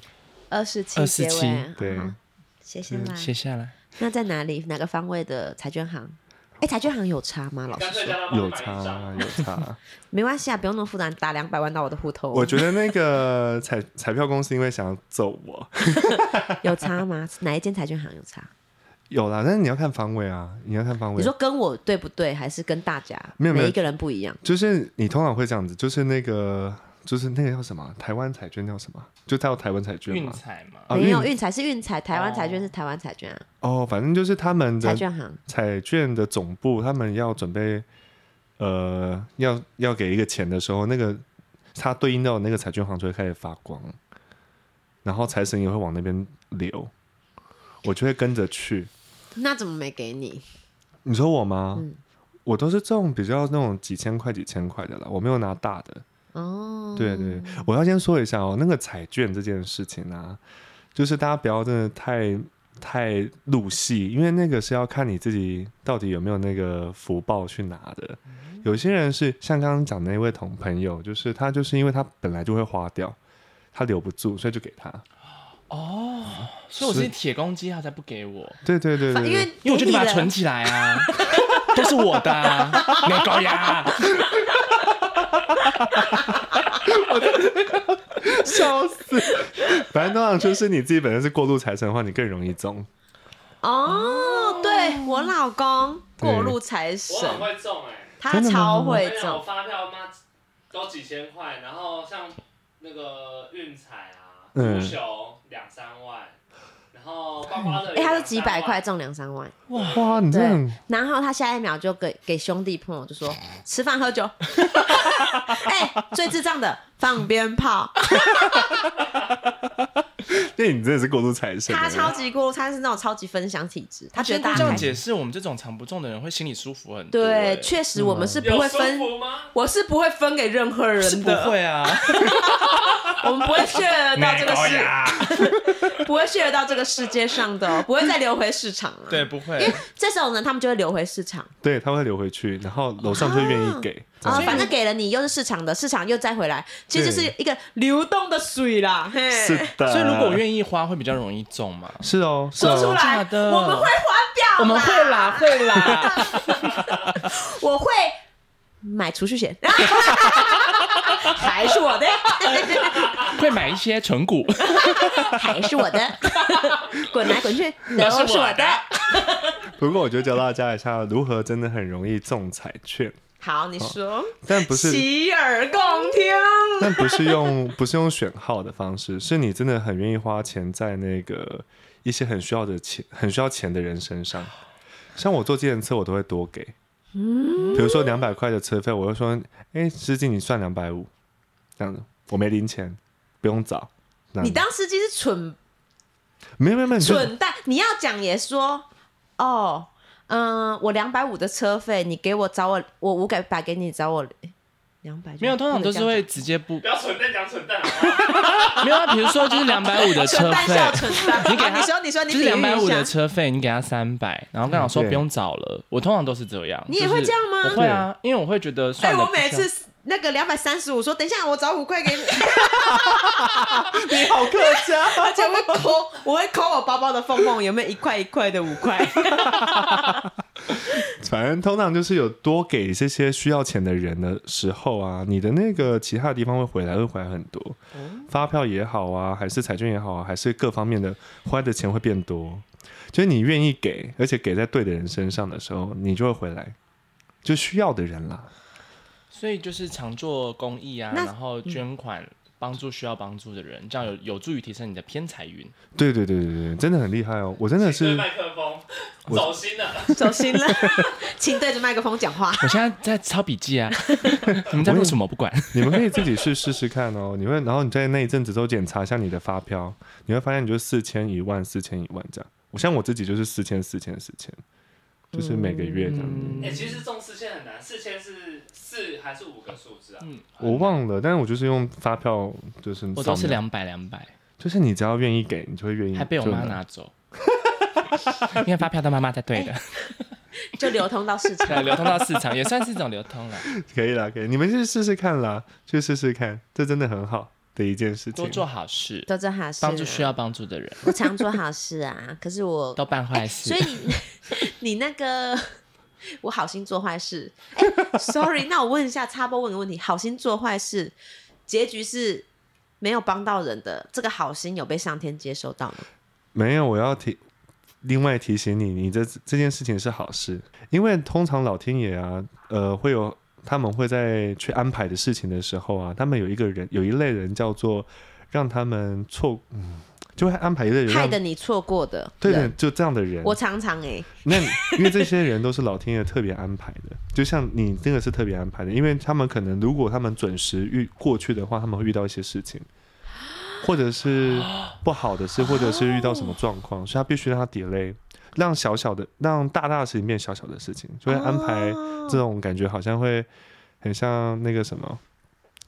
A: 二四七
D: 27
A: 结尾，
C: 对嗯
A: 好，写下来。
D: 写下来。
A: 那在哪里？哪个方位的彩券行？哎，彩券行有差吗？老实说，
C: 有
D: 啊
C: 差啊有差。
A: 没关系啊，不用那么复杂，打两百万到我的户头，啊
C: 我觉得那个彩彩票公司因为想要揍我，
A: 有差吗？ 哪一间彩券行有差？
C: 有啦，但是你要看方位啊，你要看方
A: 你
C: 位
A: 说。跟我对不对，还是跟大家？
C: 没有没有
A: 每一个人不一样。
C: 就是你通常会这样子，就是那个就是那个叫什么啊台湾彩券叫什么，啊就叫台湾彩券
D: 运
C: 嘛。
D: 彩嘛，
C: 啊
A: 没有
C: 运
A: 运彩是运彩，台湾彩券是台湾彩券啊，
C: 哦，反正就是他们
A: 彩
C: 的
A: 券行。
C: 彩券的总部，他们要准备呃要要给一个钱的时候，那个它对应到的那个彩券行就会开始发光，然后财神也会往那边流，我就会跟着去。
A: 那怎么没给你？
C: 你说我吗？
A: 嗯
C: 我都是中比较那种几千块、几千块的啦，我没有拿大的。
A: 哦，
C: 对对，我要先说一下哦，那个彩券这件事情啊，就是大家不要真的太太入戏，因为那个是要看你自己到底有没有那个福报去拿的。
A: 嗯
C: 有些人是像刚刚讲的那位同朋友，就是他就是因为他本来就会花掉，他留不住，所以就给他。
D: 所以我是铁公鸡，他才不给我，
C: 对对对对
A: 反，因为
C: 对
D: 因为我就
A: 给
D: 得
A: 你
D: 把它
A: 了
D: 存起来啊， 都是我的啊，没狗呀，
C: 笑死！ 反正通常就是你自己本身是过路财神的话，你更容易中。
A: 哦，对我老公
C: 对
A: 过路财神，
B: 会中哎、
A: 他
C: 真的吗
A: 超会
B: 我
A: 中。
B: 发票妈都几千块，然后像那个运彩啊、
C: 嗯
B: 足球两三万，然后刮刮乐，
A: 哎、他都几百块，中两三万，
C: 哇，你真的很
A: 对，然后他下一秒就给给兄弟朋友就说吃饭喝酒，哎、最智障的放鞭炮，
C: 那你真的是过度财神欸。
A: 他超级过路，他是那种超级分享体质，他觉得
D: 先
A: 大
D: 啊
A: 家
D: 这样
A: 开心
D: 解释，我们这种常不中的人会心里舒服很多。哎
A: 对，确实我们是不会分，
B: 吗？
A: 我是不会分给任何人的，
D: 是不会 啊，
A: 我们不会 share 到这 个
D: 没狗
A: 世，
D: 呀，
A: 不会 share 到这个世界上的哦、不会再流回市场啊了。
D: 对，，不
A: 因
D: 会
A: 为。 这种人他们就会流回市场。
C: 对，他会流回去，然后楼上就愿意给。这
A: 啊、
C: 样
A: 反正给了你又是市场的，市场又再回来，其实就是一个流动的水啦。嘿，
C: 是的，
D: 所以如果我愿意花，会比较容易中嘛。
C: 是哦，是
A: 说出
C: 哦，
A: 来，
D: 真的
A: 我们会还表，
D: 我们会啦，，会啦，
A: 我会买储蓄 险，还是我的，
D: 会买一些存股。
A: 还是我的，滚来滚去，都
D: 我
A: 是
D: 是
A: 我
D: 我
A: 的
D: 的。
C: 不过我就教大家一下如何真的很容易中彩券，
A: 好，你
D: 哦
A: 说，
C: 但不是，
A: 洗耳恭听。
C: 但不是用不是用选号的方式，是你真的很愿意花钱在那个一些很需要的钱、很需要钱的人身上。像我坐计程车，我都会多给，比如说两百块的车费，我会说，哎，司机你算两百五，这样子，我没零钱，不用找。
D: 嗯
C: 这样
A: 你
C: 子
A: 当司机是蠢
C: 没有没有没有，你就
A: 蠢蛋，你要讲也说哦，嗯、我两百五的车费，你给我找我，我五百给你找我两百，200就
D: 没有，通常都是
A: 不能
D: 会直接不
B: 不要蠢蛋讲蠢蛋，
D: 没有啊。比如说就是两百 五的
A: 这样
D: 车
A: 讲蠢蛋笑
D: 费，
A: 蠢蛋，
D: 你给
A: 啊
D: 他
A: 你说你说你
D: 就是
A: 比喻
D: 两百
A: 一
D: 五
A: 下
D: 的车费，你给他三百，然后跟我说
C: 嗯对
D: 不用找了。我通常都是这样。
A: 你也会
D: 就是
A: 这样吗
D: 我会啊，因为我会觉得
A: 哎、
D: 算了。
A: 我每
D: 不需要
A: 次那个两百三十五说，等一下我找五块给你，
C: 你好客家，
A: 而且我会抠，我会抠我包包的缝缝有没有一块一块的五块，
C: 反正通常就是有多给这些需要钱的人的时候啊，你的那个其他地方会回来，会回来很多，发票也好啊，还是彩券也好啊，还是各方面的花的钱会变多。就是你愿意给，而且给在对的人身上的时候，你就会回来，就需要的人啦。
D: 所以就是常做公益啊，
A: 那嗯
D: 然后捐款帮助需要帮助的人，这样有有助于提升你的偏财运。
C: 对对对对对，真的很厉害哦！我真的是
B: 麦克风走心了，
A: 走心了，请对着麦克风讲话。
D: 我现在在抄笔记啊， 你们在录什么？不管。
C: 你们可以自己去试试看哦。你会，然后你在那一阵子都检查一下你的发票，你会发现你就四千一万、四千一万这样。我像我自己就是四千、四千、四千，就是每个月这样子。
D: 嗯
B: 哎、其实中四千很难，四千是四还是五个数字啊？
C: 我忘了，但是我就是用发票，就是
D: 我都是
C: 扫描，
D: 两百两百，
C: 就是你只要愿意给，你就会愿意。
D: 还被我 妈
C: 就
D: 拿走。 因为发票到妈妈才对 的，
A: 就流通到市场。
D: 对，流通到市场 也算是一种流通了。
C: 可以啦，可以，你们去试试看啦，去试试看，这真的很好。的一件事情
D: 多。做好事，
A: 都做好事、啊，
D: 帮助需要帮助的人，
A: 我常做好事啊，可是我
D: 都办坏事
A: 所以。 你你那个我好心做坏事，哎、s o r r y 那我问一下，插播问个问题，好心做坏事，结局是没有帮到人的，这个好心有被上天接收到吗？
C: 没有，我要提另外提醒你，你这这件事情是好事，因为通常老天爷啊，呃，会有他们会在去安排的事情的时候啊，他们有一个人有一类人叫做让他们错，嗯，就会安排一类人
A: 害
C: 让
A: 得你错过的
C: 对的，
A: 人，
C: 就这样的人。
A: 我常常哎、
C: 那因为这些人都是老天爷特别安排的，就像你这个是特别安排的，因为他们可能如果他们准时遇过去的话，他们会遇到一些事情，或 者是不好的事，或者是遇到什么状况，所以他必须让他 delay，让小小的让大大的事情变小小的事情，就会安排这种感觉，好像会很像那个什么，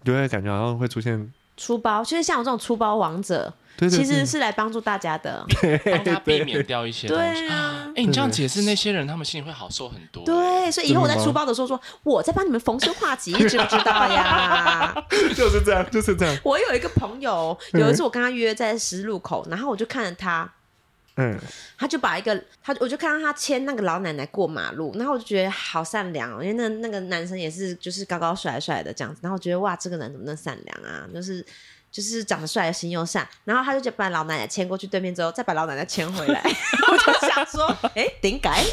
C: 就会感觉好像会出现。
A: 出包，就是像我这种出包王者，
C: 对对
A: 其
C: 对，
A: 实
C: 嗯
A: 是来帮助大家的。
D: 帮他避免掉一些东西。
A: 对啊，
D: 哎、你这样解释，那些人他们心里会好受很多。
A: 对，所以以后我在
C: 真的吗
A: 出包的时候说，我在帮你们逢凶化 吉，知不知道呀？
C: 就是这样，就是这样。
A: 我有一个朋友，有一次我跟他约在十字路口，然后我就看着他，
C: 嗯，
A: 他就把一个他，我就看到他牵那个老奶奶过马路，然后我就觉得好善良哦，因为那那个男生也是就是高高帅帅的这样子，然后我觉得哇，这个人怎么那么善良啊，就是。就是长得帅，心又善，然后他就把老奶奶牵过去对面之后，再把老奶奶牵回来。 我就想说，哎、顶 改，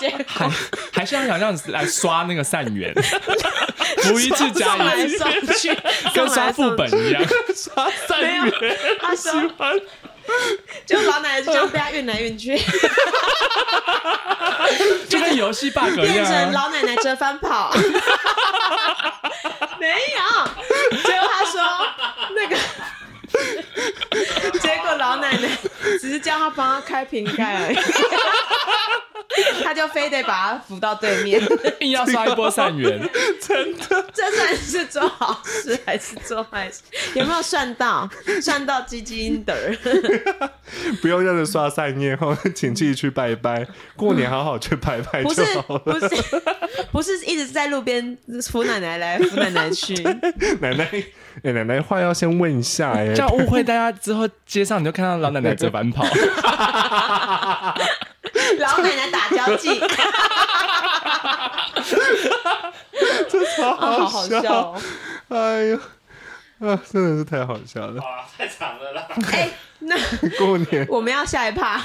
A: 结果
D: 还 还是要想让你来刷那个善 缘，福一次
A: 送
D: 加
A: 来
D: 一，
A: 送去，
D: 跟
A: 送
D: 刷
A: 来
D: 副
A: 送
D: 本一样。
A: 没有，他说， 就老奶奶就这样被他运来运去，
D: 就跟游戏 bug 一
A: 变成
D: 样、啊。
A: 老奶奶折返跑。没有，结果他说那个，结果老奶奶只是叫他帮他开瓶盖而已，他就非得把他扶到对面。
D: 硬要刷一波善缘，
A: 这算是做好事还是做坏事？有没有算到算到积积阴德？
C: 不要让人刷善念哦，请自己去拜拜。过年好好去拜拜
A: 不是
C: 就好了。
A: 不是 不是一直在路边扶奶奶来扶奶奶 去，
C: 奶奶，哎、奶奶话要先问一下、 哎，
D: 这样误会大家之后，街上你就看到老奶奶折返跑，
A: 老奶奶打交 际，
C: 这超
A: 啊，好
C: 好
A: 好
C: 笑，
A: 笑、哦。
C: 哎呦，啊，真的是太好笑了。
B: 哇，太长了啦！
A: 哎、那
C: 过年
A: 我们要下一趴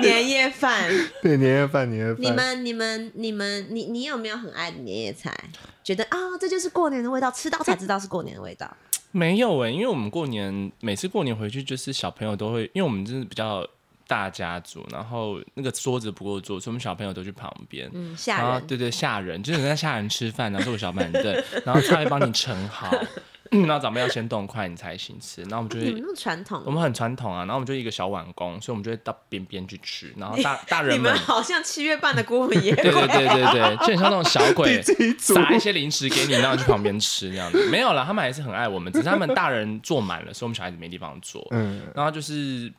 A: 年夜饭，
D: 嗯
C: 对年夜饭，年夜饭，
A: 你们、你们、你们、你你有没有很爱的年夜菜？觉得啊、这就是过年的味道，吃到才知道是过年的味道。
D: 没有哎、因为我们过年每次过年回去，就是小朋友都会，因为我们真的比较大家族，然后那个桌子不够坐，所以我们小朋友都去旁边。
A: 嗯，吓
D: 然后
A: 人。
D: 对对，吓人，就是人家吓人吃饭，然后坐个小板凳，然后菜帮你盛好， 嗯然后长辈要先动筷你才行吃，然后我们就
A: 你们
D: 会。
A: 那么传统，
D: 我们很传统啊，然后我们就一个小碗公，所以我们就会到边边去吃，然后 大大
A: 你
D: 人
A: 们
D: 们
A: 好像七月半的孤魂野
D: 对
A: 鬼
D: 对。对对对，就很像那种小鬼
C: 自己煮
D: 撒一些零食给你，然后去旁边吃这样子。 没有啦，他们还是很爱我们，只是他们大人坐满了，所以我们小孩子没地方坐。
C: 嗯，
D: 然后就是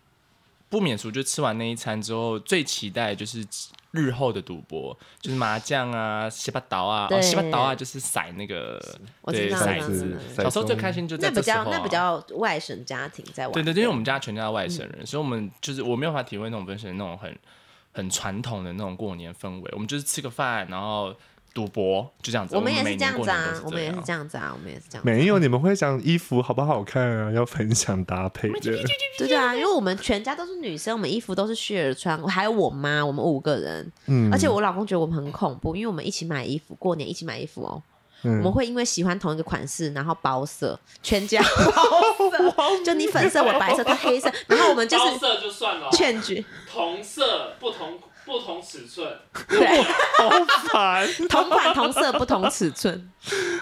D: 不免俗，就吃完那一餐之后，最期待就是日后的赌博，就是麻将啊、西巴刀啊、
A: 对
D: 哦、西巴刀啊，就是骰那个
A: 我
D: 对
A: 知道
D: 骰
A: 我
D: 子
A: 知
C: 道。
D: 小时候最开心 就在
A: 那
D: 这
A: 比
D: 时候、
A: 较
D: 啊，
A: 那比较外省家庭在玩，嗯
D: 对对对，因为我们家全家外省人，所以我们就是我没有办法体会那种本省那种很很传统的那种过年氛围。我们就是吃个饭，然后赌博，就这样子。
A: 我们也
D: 每
A: 是这
D: 年
A: 样
D: 过
A: 子
D: 年都
A: 啊
D: 是，
A: 我们也是这
D: 样。
A: 样子啊，我们也是这样子。
C: 没有，你们会讲衣服好不好看啊？要分享搭配的，
A: 对对啊，因为我们全家都是女生，我们衣服都是 share 穿，还有我妈，我们五个人，
C: 嗯，
A: 而且我老公觉得我们很恐怖，因为我们一起买衣服，过年一起买衣服哦，我们
C: 嗯，
A: 会因为喜欢同一个款式，然后包色，全家包色，就你粉色，我白色，他黑色，然后我们就
B: 包
A: 是
B: 色就算了，哦
A: 劝举，
B: 同色不同不同尺寸，
A: 对，
C: 好烦，
A: 同款同色不同尺寸，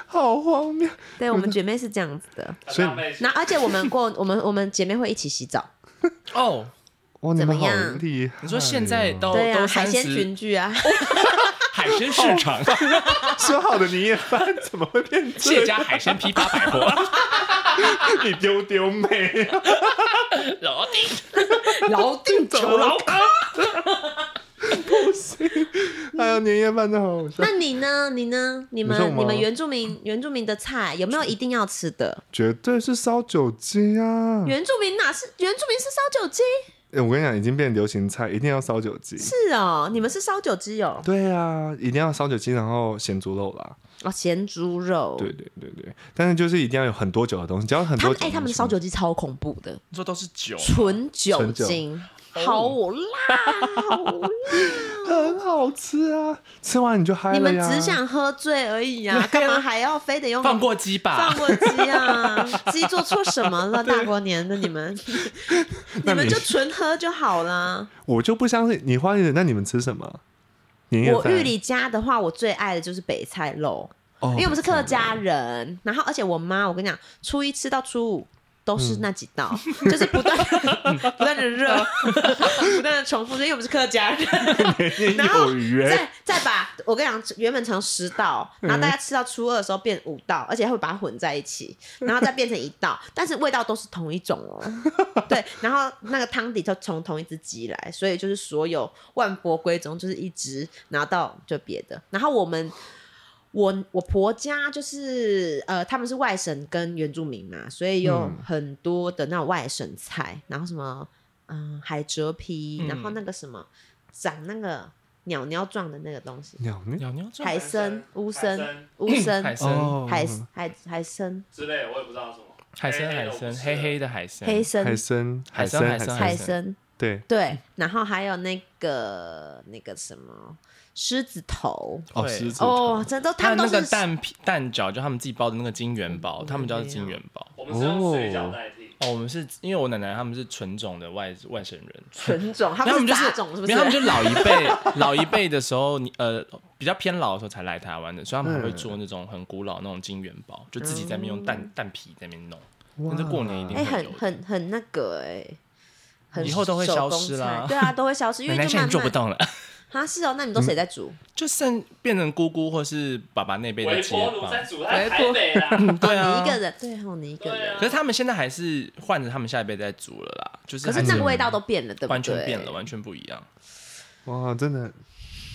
C: 好荒谬。
A: 对我们姐妹是这样子的，
B: 很
C: 所以
B: 浪费钱
A: 那而且我们过我们我们姐妹会一起洗澡，
D: 哦，
C: 哇，你
A: 怎么
C: 们好
A: 样
C: 厉害！
D: 你说现在都、
A: 对啊，
D: 哦都
A: 海
D: 三
A: 鲜
D: 十，
A: 群聚啊，
D: 海鲜市 场，
C: 哎说好的年夜饭怎么会变这
D: 谢
C: 样？
D: 家海鲜批发百货，
C: 你丢丢妹，啊
D: 然后
A: 老定
C: 怎么
A: 求
C: 了
A: 饶，
C: 哎呀，有年夜饭真的好好笑。
A: 那你呢？你呢？你
C: 你说我
A: 们
C: 吗
A: 你们原住民原住民的菜有没有一定要吃的？
C: 绝对是烧酒鸡啊！
A: 原住民哪是原住民是烧酒鸡？
C: 欸我跟你讲，已经变流行菜，一定要烧酒鸡。
A: 是哦，你们是烧酒鸡哦，
C: 对啊，一定要烧酒鸡，然后咸猪肉啦。
A: 哦咸猪肉。
C: 对对对对，但是就是一定要有很多酒的东西，只要有很
A: 哦他
C: 多
A: 们
C: 酒。
A: 哎、他们的烧酒鸡超恐怖的，
D: 你说都是酒，
A: 纯酒
C: 纯酒
A: 精，好辣，好辣。
C: 很好吃啊，吃完你就嗨
A: 你
C: 了
A: 们
C: 呀。
A: 只想喝醉而已啊，干嘛还要非得用
D: 放过鸡吧
A: 放。过鸡 啊？鸡做错什么了？大过年的你们，你们就纯喝就好啦。
C: 我就不相信你花莲人，那你们吃什么？年夜
A: 我
C: 饭
A: 玉里家的话，我最爱的就是北菜肉，
C: 哦
A: 因为我们是客家人。然后，而且我妈，我跟你讲，初一吃到初五。都是那几道，就是不断 不断的热， 不断的重复，因为我们是客家人，
C: 年
A: 然后
C: 有余欸
A: 再再把我跟你讲，原本从十道，然
C: 嗯
A: 后大家吃到初二的时候变五道，而且还会把它混在一起，然后再变成一道，但是味道都是同一种哦。对，然后那个汤底都从同一只鸡来，所以就是所有万佛归宗，就是一直拿到就别的。然后我们。我我婆家就是呃，他们是外省跟原住民嘛，所以有
C: 嗯
A: 很多的那种外省菜，然后什么嗯海蜇皮，然后
C: 嗯
A: 那个什么长那个鸟鸟状的那个东西，
C: 鸟呢？
D: 鸟鸟叫
A: 海参、乌参
B: 海参、
A: 乌参、
D: 海参
C: 哦，
A: 海海海参、
B: 之类，我也不知道什么。
D: 海参海
B: 黑黑的我
D: 参
B: 不吃
D: 黑黑的海参
A: 黑
C: 海
A: 参、
C: 参，
D: 海
C: 参，
D: 参海
C: 海
D: 参
C: 参，
A: 海参，
C: 对，
A: 对，然后还有那个那个什么狮子头，
C: 哦，
D: 对
C: 狮子头，
A: 哦，这都他
D: 还有
A: 们都
D: 那个
A: 是嗯
D: 蛋皮蛋饺，就他们自己包的那个金元包，他们叫金元包。
B: 我们是用水饺代替。
D: 哦，我们是因为我奶奶他们是纯种的外外省人，
A: 纯种，他
D: 然后他
A: 们
D: 们就是
A: 杂种是不是
D: 没有？他们就老一辈老一辈的时候，你呃比较偏老的时候才来台湾的，所以他们还会做那种很古老那种金元包，就自己在那边用蛋蛋皮在那边弄，那是过年一定
A: 嗯哎，
D: 会有
A: 很
D: 的。
A: 很很那个哎。很
D: 以后都会
A: 手工
D: 消失啦
A: 菜对啊，都会消失，因
D: 奶
A: 为
D: 奶
A: 就
D: 现在
A: 慢
D: 做不
A: 慢
D: 到了，
A: 啊，是哦，那你们都谁在煮？
D: 就剩变成姑姑或是爸爸那辈的
B: 微
D: 接
B: 波炉
D: 棒。
B: 在煮在台北啦，
D: 对
A: 哦
D: 啊，
A: 你一个人，对哦，你一个
B: 对
A: 人
B: 啊，
D: 可是他们现在还是换着他们下一辈在煮了啦，就是
A: 可是
D: 还
A: 那个味道都变了，对不对？
D: 完全变了，完全不一 样，
C: 哇，真的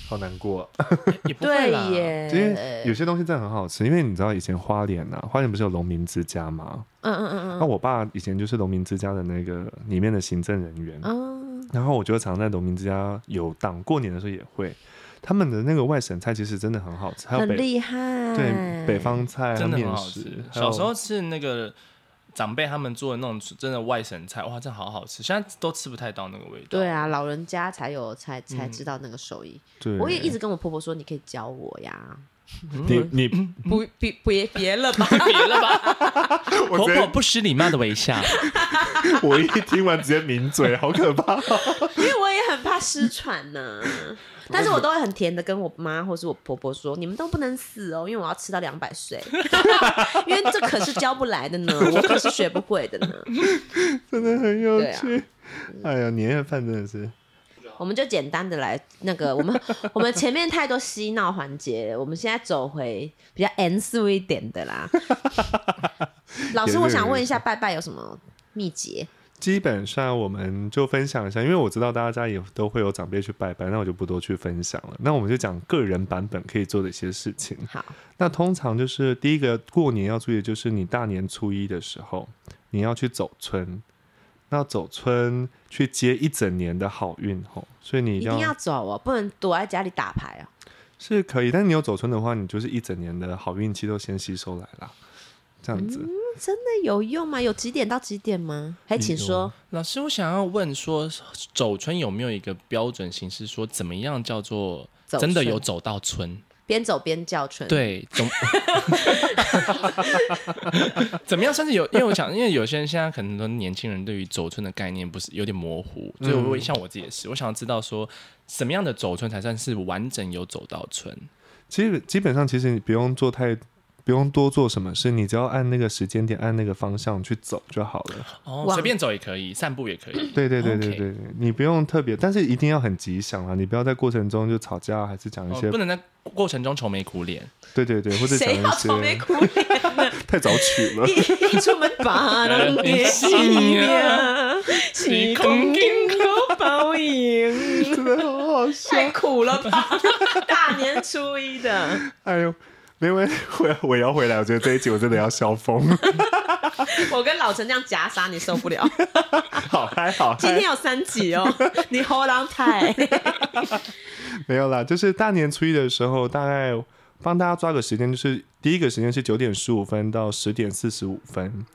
C: 好难过啊。
D: 也不会
A: 对
D: 啦。
C: 因
A: 耶，
C: 为有些东西真的很好吃，因为你知道以前花莲呐、花莲不是有农民之家吗？
A: 嗯嗯嗯
C: 那、我爸以前就是农民之家的那个里面的行政人员，
A: 嗯，
C: 然后我就常在农民之家游荡，过年的时候也会。他们的那个外省菜其实真的很好吃，还有
A: 很
C: 北
A: 厉害，
C: 对北方菜、还有
D: 真的很
C: 面
D: 好
C: 食
D: 吃。。
C: 还有
D: 小时候吃那个长辈他们做的那种真的外省菜，哇，真的好好吃。现在都吃不太到那个 味道。
A: 对，啊，老人家才有才才知道那个手艺。
C: 对，
A: 我也一直跟我婆婆说，你可以教我呀，
D: 嗯
C: 你你
A: 不别别别了吧，
D: 别了吧，婆
C: 我直接
D: 婆不失礼貌的微笑。
C: 我一听完直接抿嘴，好可怕！
A: 因为我也很怕失传 呐、但是我都会很甜的跟我妈或是我婆婆说，你们都不能死哦，因为我要吃到两百岁， 因为这可是教不来的呢，我可是学不会的呢。
C: 真的很有
A: 对啊
C: 趣。哎呀，年夜饭真的是
A: 我们就简单的来那个，我们我们前面太多嬉闹环节了，我们现在走回比较严肃一点的 啦。老师，我想问一下，拜拜有什么秘诀？
C: 基本上我们就分享一下，因为我知道大家家也都会有长辈去拜拜，那我就不多去分享了。那我们就讲个人版本可以做的一些事情。
A: 好，
C: 那通常就是第一个过年要注意的就是你大年初一的时候，你要去走村，那走村去接一整年的好运吼，所以你
A: 一定要走哦，不能躲在家里打牌哦。
C: 是可以，但你有走村的话，你就是一整年的好运气都先吸收来啦。这样子。
A: 真的有用吗？有几点到几点吗？哎，请说。
D: 老师，我想要问说，走村有没有一个标准形式，说怎么样叫做
A: 走
D: 真的
A: 村嗯
D: 有走到村？
A: 边走边叫春，，
D: 对，怎 怎么样算是有？因为我想，因为有些人现在可能都年轻人对于走村的概念不是有点模糊，所以我会
C: 嗯
D: 像我自己也是，我想要知道说什么样的走村才算是完整有走到村。
C: 基本基本上，其实你不用做太，不用多做什么事，你只要按那个时间点，按那个方向去走就好了。
D: 哦，
A: 哇
D: 随便走也可以，散步也可以。
C: 对对对
D: OK
C: 对对，你不用特别，但是一定要很吉祥啊！你不要在过程中就吵架，还是讲一
D: 哦
C: 些、、
D: 不能在过程中愁眉苦脸，
C: 对对对，或者讲
A: 谁
C: 一
A: 要愁眉
C: 些
A: 苦脸？
C: 太早娶 了。
A: 一出门把啊人给洗
D: 哎
A: 呀，是空金口包赢。
C: 真的好好好笑！
A: 太苦了吧？ 大年初一的，
C: 哎呦，没问我我要回来，我觉得这一集我真的要笑疯。
A: 我跟老陈这样夹杀你受不 了。
C: 好嗨，好
A: 今
C: 嗨
A: 天，有三集 哦，你 hold on tight。
C: 没有啦，就是大年初一的时候，大概帮大家抓个时间，就是第一个时间是九点十五分到十点四十五分，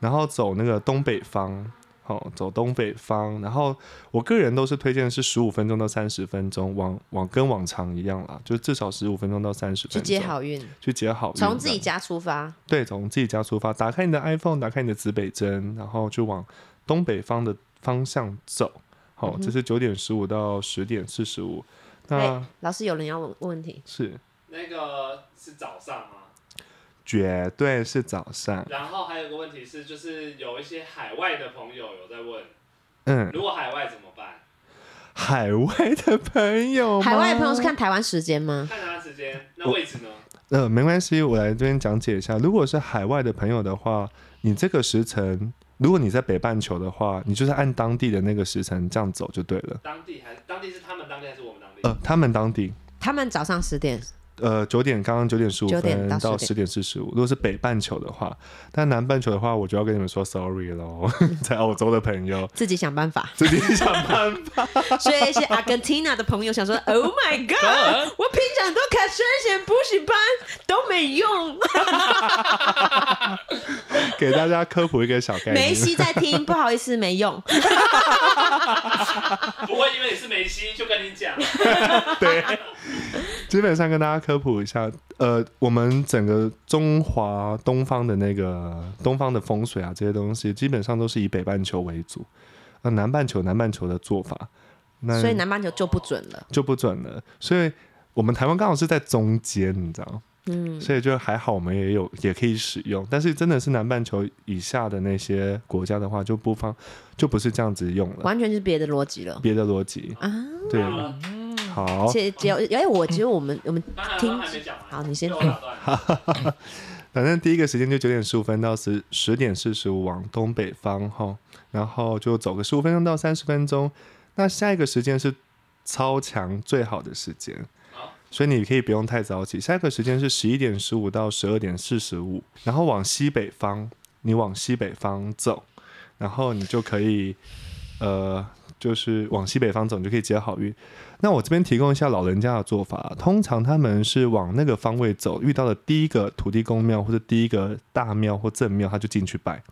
C: 然后走那个东北方。好、走东北方，然后我个人都是推荐是十五分钟到三十分钟，往往跟往常一样啦，就是至少十五分钟到三十分
A: 去
C: 钟
A: 接好运，
C: 去接好运，
A: 从自己
C: 这
A: 家
C: 样
A: 出发，
C: 对，从自己家出发，打开你的 iPhone，打开你的指北针，然后就往东北方的方向走。
A: 嗯
C: 好、这是九点十五到十点四十五。那
A: 哎，老师有人要问问问题，
C: 是
B: 那个是早上吗？
C: 绝对是早上，
B: 然后还有个问题是，就是有一些海外的朋友有在问，
C: 嗯，
B: 如果海外怎么办？
C: 海外的朋友，
A: 海外的朋友是，看台湾时间吗？
B: 看他时间，那位置呢？
C: 呃，没关系，我来这边讲解一下。如果是海外的朋友的话，你这个时辰，如果你在北半球的话，你就是按当地的那个时辰这样走就对了。
B: 当地还当地是他们当地还是我们当地？
C: 呃，他们当地，
A: 他们早上十点，
C: 呃，九点刚刚九点十五
A: 9点
C: 分
A: 到
C: 到
A: 10
C: 十点四十五，如果是北半球的话，但南半球的话，我就要跟你们说 sorry 喽， 在澳洲的朋友。
A: 自己想办法
C: 自己想办法。
A: 所以一些阿根廷的朋友想 说：“Oh my god！我平常都开休闲补习班都没用，
C: 给大家科普一个小概念。
A: 梅西在 听，不好意思，没用。
B: 不会因为你是梅西就跟你讲，啊
C: 基本上跟大家科普一下，呃，我们整个中华东方的那个东方的风水啊，这些东西基本上都是以北半球为主，那、南半球南半球的做法，”那
A: 所以南半球就不准了。
C: 就不准了。所以我们台湾刚好是在中间，你 知道。
A: 嗯，
C: 所以就还好，我们也有也可以使用，但是真的是南半球以下的那些国家的话，就不方就不是这样子用了，
A: 完全是别的逻辑了
C: 别的逻辑
A: 啊！
C: 对，
B: 好了
C: 好，嗯
A: 且只有哎，我觉得我们我们
B: 当然
A: 听
B: 还没讲完。
A: 好你先
B: 被我打断了
C: 反正第一个时间就九点十五分到十十点四十五往东北方哈，然后就走个十五分钟到三十分钟。那下一个时间是超强最好的时间
B: 好，
C: 所以你可以不用太早起。下一个时间是十一点十五到十二点四十五，然后往西北方，你往西北方走，然后你就可以呃，就是往西北方走，你就可以接好运。那我这边提供一下老人家的做法，通常他们是往那个方位走，遇到的第一个土地公庙或者第一个大庙或正庙，他就进去拜。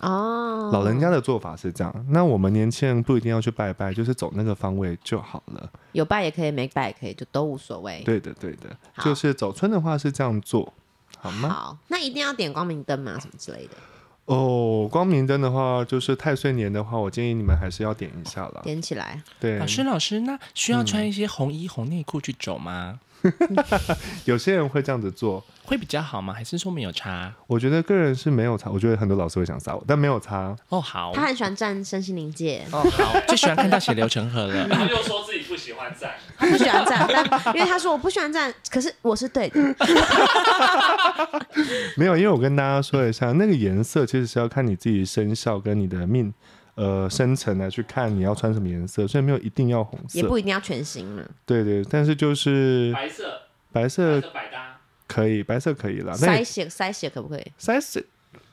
A: 哦，
C: 老人家的做法是这样，那我们年轻人不一定要去拜拜，就是走那个方位就好了。
A: 有拜也可以，没拜也可以，就都无所谓。
C: 对的，对的，
A: 好
C: 就是走村的话是这样做，好吗？
A: 好，那一定要点光明灯嘛，什么之类的，
C: 哦，光明灯的话，就是太岁年的话，我建议你们还是要点一下啦。
A: 点起来。
C: 对
D: 老，师，老师，那需要穿一些红衣、红内裤去走吗？
C: 有些人会这样子做，
D: 会比较好吗？还是说没有差？
C: 我觉得个人是没有差，我觉得很多老师会想杀我，但没有差。
D: 哦，好，
A: 他很喜欢站身心灵界，
D: 哦好，最喜欢看到血流成河了。
B: 然后又说自己不喜欢 站，
A: 他不喜欢站，但因为他说我不喜欢站，可是我是对的。
C: 没有，因为我跟大家说一下，那个颜色其实是要看你自己生肖跟你的命，呃，生辰来去看你要穿什么颜色，所以没有一定要红
A: 也
C: 色。
A: 不一定要全新了，
C: 对对，但是就是
B: 白色
C: 白
B: 白
C: 色
B: 色百搭，
C: 可以，白色可以啦。啊那
A: 塞
C: 也
A: 血塞血可不可以？
C: 塞色，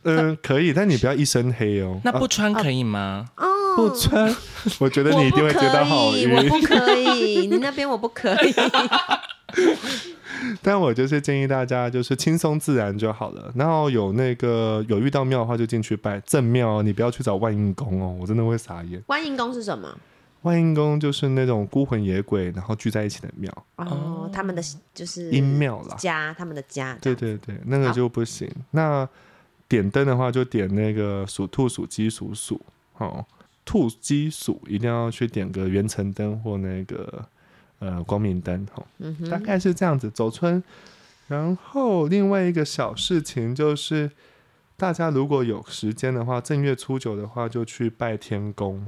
C: 嗯，可以，但你不要一身黑 哦。
D: 那
C: 啊
D: 不穿可以吗？
A: 哦，
C: 不 穿，我觉得你一定会接到好运。
A: 我不可以，我不可以，你那边我不可 以。
C: 但我就是建议大家就是轻松自然就好了。然后有那个有遇到庙的话就进去拜正庙哦，你不要去找万应宫哦，我真的会傻眼。
A: 观音宫是什么？
C: 万应宫就是那种孤魂野鬼，然后聚在一起的庙，
A: 哦，他们的就是
C: 阴庙啦。
A: 家，他们的家。
C: 对对对，那个
A: 好
C: 就不行。那点灯的话，就点那个属兔、属鸡、属鼠，哦，兔、鸡、鼠一定要去点个元辰灯或那个呃光明灯，哦，
A: 嗯
C: 大
A: 哼，
C: 概是这样子走村。然后另外一个小事情就是，大家如果有时间的话，正月初九的话就去拜天公，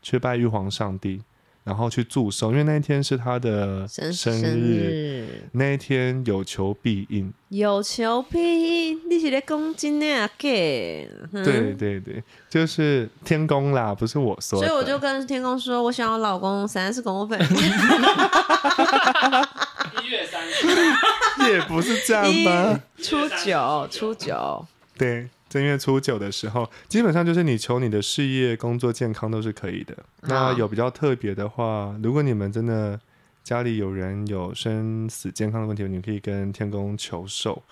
C: 去拜玉皇上帝，然后去祝寿，因为那一天是他的
A: 嗯生
C: 生
A: 日
C: 那一天有求必应。
A: 有求必应，你你是在讲真的啊给，嗯
C: 对对对，就是天宫啦，不是我说
A: 所
C: 的。
A: 以我就跟天空说，我想要老公三十公分，
C: 啊
B: 一月 三
C: 也不是这样
A: 一
C: 吧？
A: 初九，初九，
C: 对，正月初九的时候，基本上就是你求你的事业、工作、健康都是可以的。那
A: 好
C: 有比较特别的话，如果你们真的家里有人有生死健康的问题，你可以跟天公求寿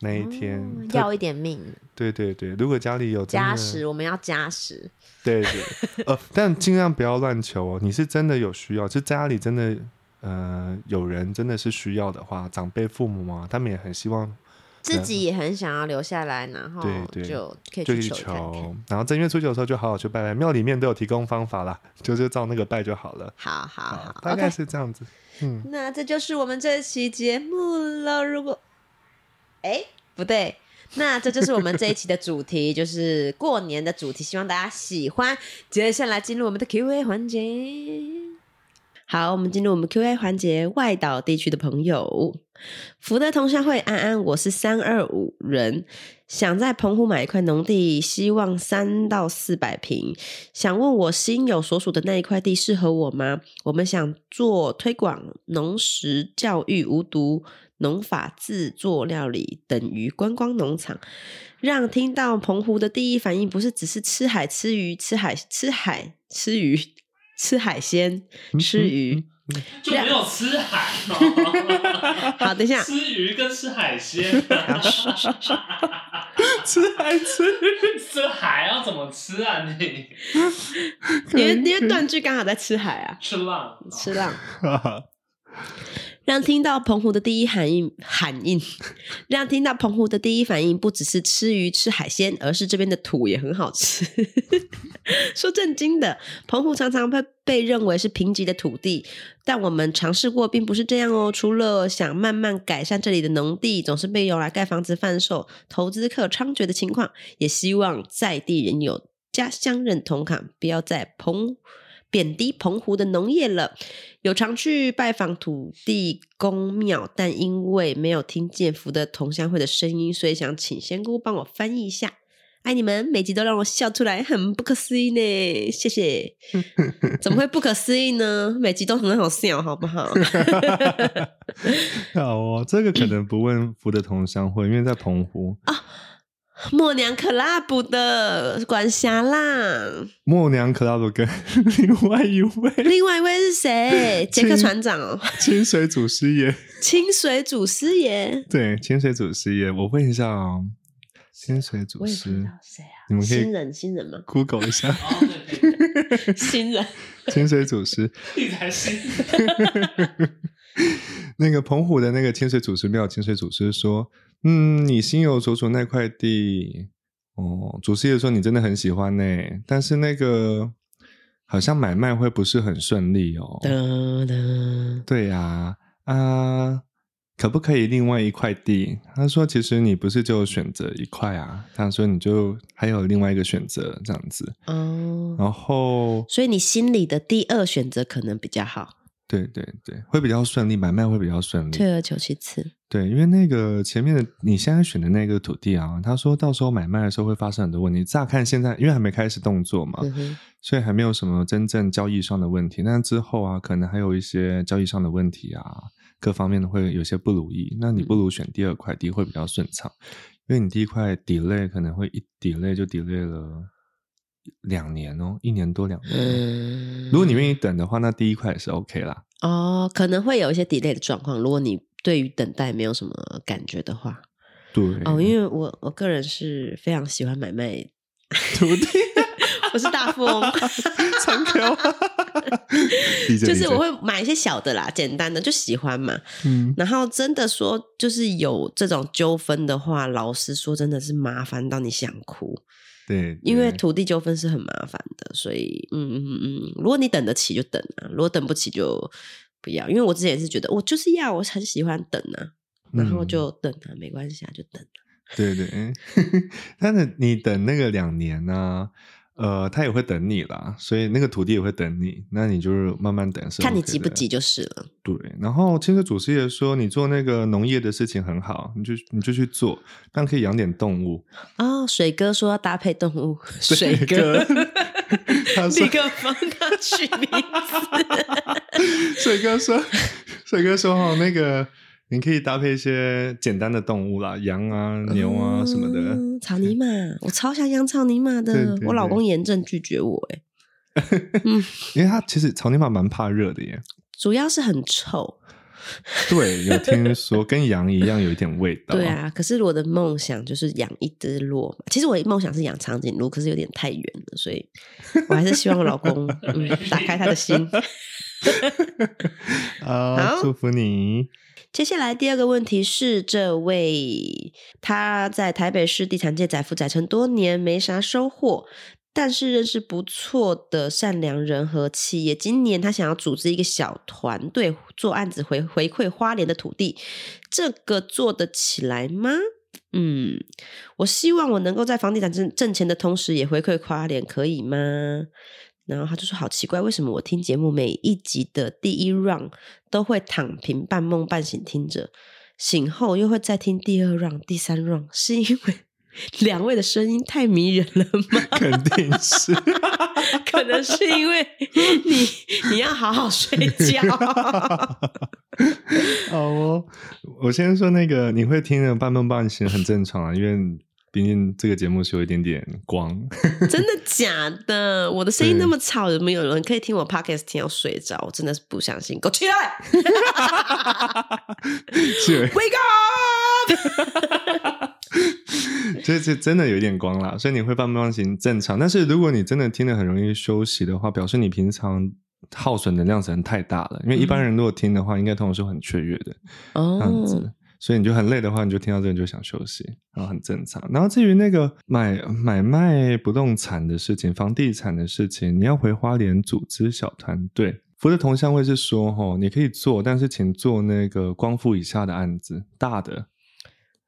C: 那一天。
A: 嗯
C: 特
A: 要一点命，
C: 对对对，如果家里有真
A: 加
C: 的
A: 时，我们要加时。
C: 对对，呃，但尽量不要乱求哦。你是真的有需要，就家里真的呃有人真的是需要的话，长辈、父母嘛，他们也很希望
A: 自己也很想要留下来，然后
C: 对对
A: 就可以
C: 就
A: 去
C: 去
A: 求看看。
C: 求。然后正月初九的时候就好好去拜拜，庙里面都有提供方法啦，就是照那个拜就好了。
A: 好好好
C: 大概
A: ，OK，
C: 是这样子。
A: 那这就是我们这期节目了。如果，哎，不对。那这就是我们这一期的主题，就是过年的主题，希望大家喜欢。接下来进入我们的 Q&A 环节。好，我们进入我们 Q&A 环节，外岛地区的朋友，福德同乡会安安，我是三二五人，想在澎湖买一块农地，希望三到四百平，想问我心有所属的那一块地适合我吗？我们想做推广农食教育、无毒农法、制作料理等于观光农场，让听到澎湖的第一反应不是只是吃海、吃鱼、吃海、吃海、吃鱼、吃海鲜、吃鱼。
B: 就没有吃海、哦，
A: 好，等一 下，
B: 吃鱼跟吃 海鲜，
C: 吃还吃，
B: 吃海要怎么吃啊你？
A: 因为因为断句刚好在吃海啊，
B: 吃浪，哦
A: 吃浪。让听到澎湖的第一反应喊应， 让听到澎湖的第一反应不只是吃鱼吃海鲜，而是这边的土也很好吃。 说正经的，澎湖常常被被认为是贫瘠的土地，但我们尝试过，并不是这样哦。除了想慢慢改善这里的农地，总是被用来盖房子贩售，投资客猖獗的情况，也希望在地人有家乡认同感，不要再澎贬低澎湖的农业了。有常去拜访土地公庙，但因为没有听见福德同乡会的声音，所以想请仙姑帮我翻译一下。爱你们，每集都让我笑出来，很不可思议呢！谢谢。怎么会不可思议呢？每集都很好笑，好不好？
C: 好哦，这个可能不问福德同乡会，因为在澎湖，
A: 默娘克拉布的管辖啦。
C: 默娘克拉鲁跟 另外一位
A: 另外一位是谁？ 杰克船长 哦，
C: 清水祖师爷，
A: 清水祖师爷。
C: 对，清水祖师爷，我问一下哦，清水祖
A: 我也不知
C: 师
A: 道，谁啊？
C: 你们可以
A: 新人，新人 吗？
C: Google 一下
B: 哦对对对，
A: 新人。
C: 清水祖师，
B: 你才是。
C: 那个澎湖的那个清水祖师庙，清水祖师说：“嗯，你心有所属那块地，哦，祖师爷说你真的很喜欢呢，但是那个好像买卖会不是很顺利哦。
A: 噔噔
C: 对呀、啊，可不可以另外一块地？”他说：“其实你不是就选择一块啊，他说你就还有另外一个选择这样子。
A: 哦。
C: 然后，
A: 所以你心里的第二选择可能比较好，
C: 对对对，会比较顺利，买卖会比较顺利。”
A: 退而求其次。
C: 对，因为那个前面的你现在选的那个土地啊，他说到时候买卖的时候会发生很多问题。乍看现在因为还没开始动作嘛，
A: 嗯哼，
C: 所以还没有什么真正交易上的问题。但之后啊，可能还有一些交易上的问题啊，各方面的会有些不如意。那
A: 嗯
C: 你不如选第二块地会比较顺畅，因为你第一块 delay 可能会一 delay 就 delay 了两年哦，一年多两年哦。
A: 嗯，
C: 如果你愿意等的话，那第一块也是 OK 啦。
A: 哦，可能会有一些 delay 的状况，如果你对于等待没有什么感觉的话，
C: 对，
A: 哦， 因为我我个人是非常喜欢买卖
C: 土地
A: 我是大 富翁，
C: 长条，啊 理解
A: 就是我，
C: 理解
A: 会买一些小的啦，简单的就喜欢嘛。
C: 嗯。
A: 然后真的说，就是有这种纠纷的话，老实说，真的是麻烦到你想哭。
C: 对，
A: 因为
C: 对
A: 土地纠纷是很麻烦的，所以嗯嗯嗯嗯，如果你等得起就等啊，如果等不起就不要。因为我之前也是觉得我就是要，我很喜欢等啊，然后
C: 嗯
A: 就等啊，没 关系啊，就等啊、
C: 对对，但是你等那个两年呢、呃，他也会等你啦，所以那个徒弟也会等你，那你就是慢慢等，是
A: 看你
C: OK 啊
A: 急不
C: 的
A: 急就是了。
C: 对，然后清水祖师爷说，你做那个农业的事情很好，你就你就去做，但可以养点动物。
A: 哦，水哥说要搭配动物，
C: 啊
A: 水哥
C: 哥 他说
A: 立，刻帮他取名字。
C: 水哥说，水哥说哦，那个你可以搭配一些简单的动物啦，羊啊、 牛啊什么的。
A: 嗯草泥马，我超想养草泥马
C: 对
A: 的
C: 对，对
A: 我老公严正拒绝我、欸，
C: 因为它其实草泥马蛮怕热的耶。
A: 主要是很臭，
C: 对，有听说跟羊一样有一点味道。
A: 对，啊。可是我的梦想就是养一只骆马，其实我的梦想是养长颈鹿，可是有点太远了，所以我还是希望我老公嗯打开他的心。
C: 啊、
A: 好
C: 祝福你。
A: 接下来第二个问题是，这位他在台北市地产界载富载沉多年，没啥收获，但是认识不错的善良人和企业。今年他想要组织一个小团队做案子回回馈花莲的土地，这个做得起来吗？嗯，我希望我能够在房地产挣挣钱的同时，也回馈花莲，可以吗？然后他就说：“好奇怪，为什么我听节目每一集的第一 round 都会躺平、半梦半醒听着，醒后又会再听第二 round、第三 round，是因为 两位的声音太迷人了 吗？
C: 肯定 是，
A: 可能是因为你你要好好睡觉。
C: 好哦。我先说那个，你会听的半梦半醒很正常啊，因为毕竟这个节目是有一点点光。
A: 真的假的？我的声音那么吵，有没有人可以听我 podcast 听到睡着？我真的是不相信。给我起来
C: 是
A: ，wake up！
C: 就是真的有一点光啦，所以你会半梦半醒正常。但是如果你真的听得很容易休息的话，表示你平常耗损能量实在太大了。因为一般人如果听的话，应该通常是很雀跃的这样子。
A: 哦，
C: 所以你就很累的话，你就听到这个你就想休息，然后很正常。然后至于那个买买卖不动产的事情、房地产的事情，你要回花莲组织小团队。福的同乡会是说，吼，你可以做，但是请做那个光复以下的案子，大的，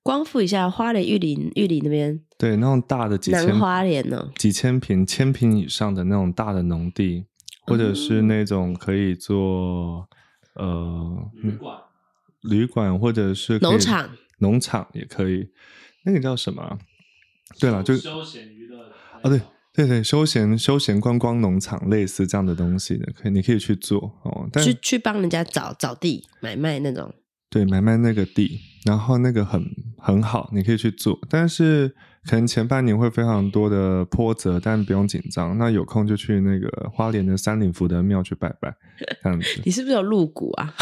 A: 光复一下花莲玉林玉林那边，
C: 对，那种大的几千
A: 南花莲哦呢
C: 几千平、千平以上的那种大的农地，或者是
A: 嗯
C: 那种可以做呃嗯
B: 馆
C: 旅馆，或者是可以
A: 农场，
C: 农场也可以。那个叫什么啊？对了，就
B: 休闲娱乐
C: 啊对对对，休闲休闲观光农场类似这样的东西的，可以你可以去做哦。但
A: 去去帮人家找找地买卖那种。。
C: 对，买卖那个地，然后那个很很好，你可以去做，但是可能前半年会非常多的波折，但不用紧张。那有空就去那个花莲的三里福德庙去拜拜，这样子
A: 你是不是有入股啊？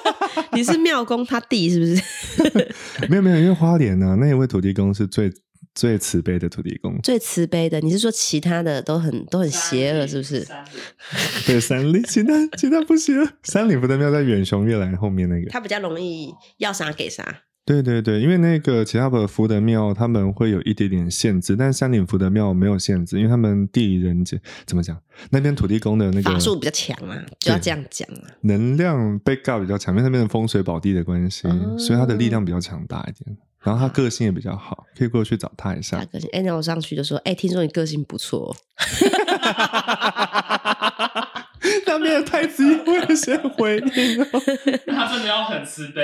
A: 你是庙公他弟是不是？，
C: 没有没有，因为花莲呢、那一位土地公是最最慈悲的土地公
A: 最慈悲的，你是说其他的都很都很邪恶是不是？
C: 对三里， 其他其他不行。三里福德庙在远雄越来后面那个，
A: 他比较容易要啥给啥。
C: 对对对，因为那个其他的福德庙他们会有一点点限制，但山顶福德庙没有限制，因为他们地理人杰怎么讲，那边土地公的那个
A: 法术比较强啊，就要这样讲啊。
C: 能量被告比较强，因为那边的风水宝地的关系，
A: 哦
C: 所以他的力量比较强大一
A: 啊
C: 点。然后他个性也比较好，可以过去找他一下
A: 大。个性，哎、那我上去就说，哎、听说你个性不错、哦，
C: 那边的太子也会有些回应 哦，
B: 他真的要很慈悲。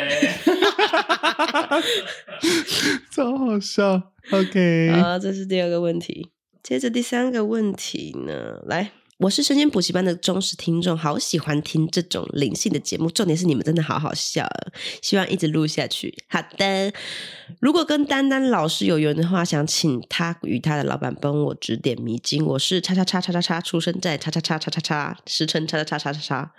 C: 超好笑。OK，、
A: 啊，这是第二个问题。接着第三个问题呢，来，我是生煎补习班的忠实听众，好喜欢听这种灵性的节目，重点是你们真的好好笑哦，希望一直录下去。好的，如果跟丹丹老师有缘的话，想请他与他的老板帮我指点迷津。我是叉叉叉叉叉叉，出生在叉叉叉叉叉叉，时称叉叉叉叉叉叉。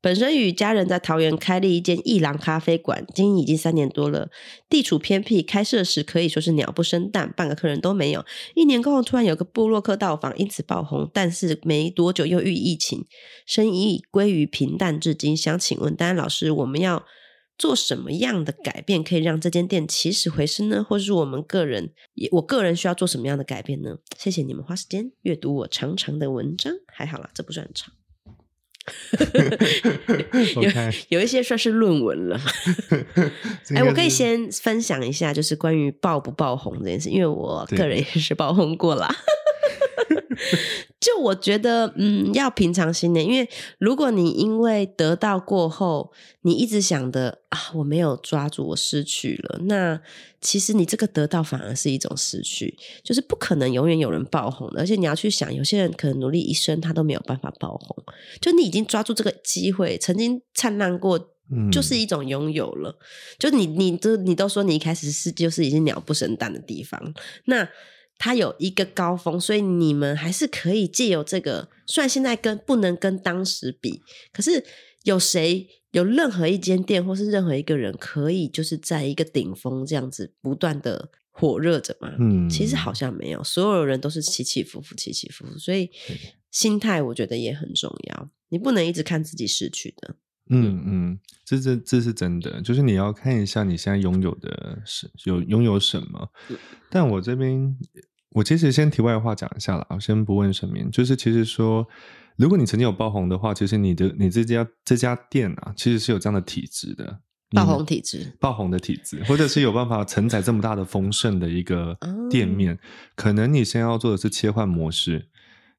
A: 本身与家人在桃园开立一间一郎咖啡馆，经营已经三年多了。地处偏僻，开设时可以说是鸟不生蛋，半个客人都没有。一年过后，突然有个部落客到访，因此爆红。但是没多久又遇疫情，生意归于平淡至今。想请问丹丹老师，我们要做什么样的改变，可以让这间店起死回生呢？或是我们个人，也我个人需要做什么样的改变呢？谢谢你们花时间阅读我长长的文章，还好啦，这不算很长。
C: OK，
A: 有一些算是论文了。哎、我可以先分享一下，就是关于爆不爆红这件事，因为我
C: 对
A: 个人也是爆红过啦。 就我觉得，嗯，要平常心的，因为如果你因为得到过后，你一直想的啊，我没有抓住，我失去了，那其实你这个得到反而是一种失去，就是不可能永远有人爆红的，而且你要去想，有些人可能努力一生，他都没有办法爆红，就你已经抓住这个机会，曾经灿烂过。
C: 嗯
A: 就是一种拥有了，就你你都你都说你一开始是就是已经鸟不生蛋的地方，那它有一个高峰，所以你们还是可以借由这个，虽然现在跟不能跟当时比，可是有谁有任何一间店或是任何一个人可以就是在一个顶峰这样子不断的火热着嘛？
C: 嗯
A: 其实好像没有，所有人都是起起伏伏，起起伏伏，所以心态我觉得也很重要，你不能一直看自己失去的。
C: 嗯嗯，这这这是真的，就是你要看一下你现在拥有的是有拥有什么。但我这边，我其实先题外话讲一下啦，我先不问神明，就是其实说，如果你曾经有爆红的话，其实你的你这家这家店啊，其实是有这样的体质的，
A: 爆
C: 你
A: 红体质，
C: 爆红的体质，或者是有办法承载这么大的丰盛的一个
A: 哦
C: 店面，可能你先要做的是切换模式，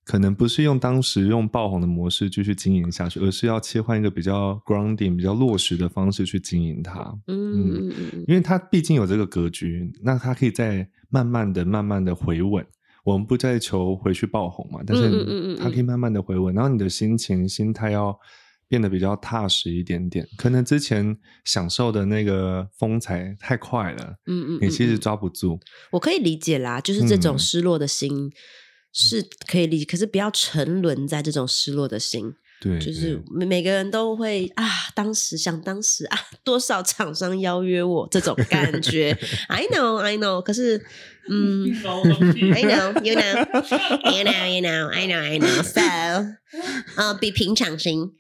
C: 可能不是用当时用爆红的模式继续经营下去，而是要切换一个比较 grounding、比较落实的方式去经营它，
A: 嗯嗯嗯嗯，
C: 因为它毕竟有这个格局，那它可以再慢慢的、慢慢的回稳。我们不再求回去爆红嘛，
A: 嗯
C: 但
A: 嗯嗯嗯
C: 是
A: 嗯
C: 它可以慢慢的回稳，然后你的心情、心态要变得比较踏实一点点。可能之前享受的那个风采太快了，
A: 嗯嗯，
C: 你其
A: 嗯
C: 实
A: 嗯
C: 抓不住。
A: 我可以理解啦，就是这种
C: 嗯
A: 失落的心、是可以理解，可是不要沉沦在这种失落的心。
C: 对，
A: 就是每每个人都会啊，当时想当时啊，多少厂商邀约我这种感 觉，I know I know，可是 嗯，I know you know you know you know I know I know so，呃，比平常心，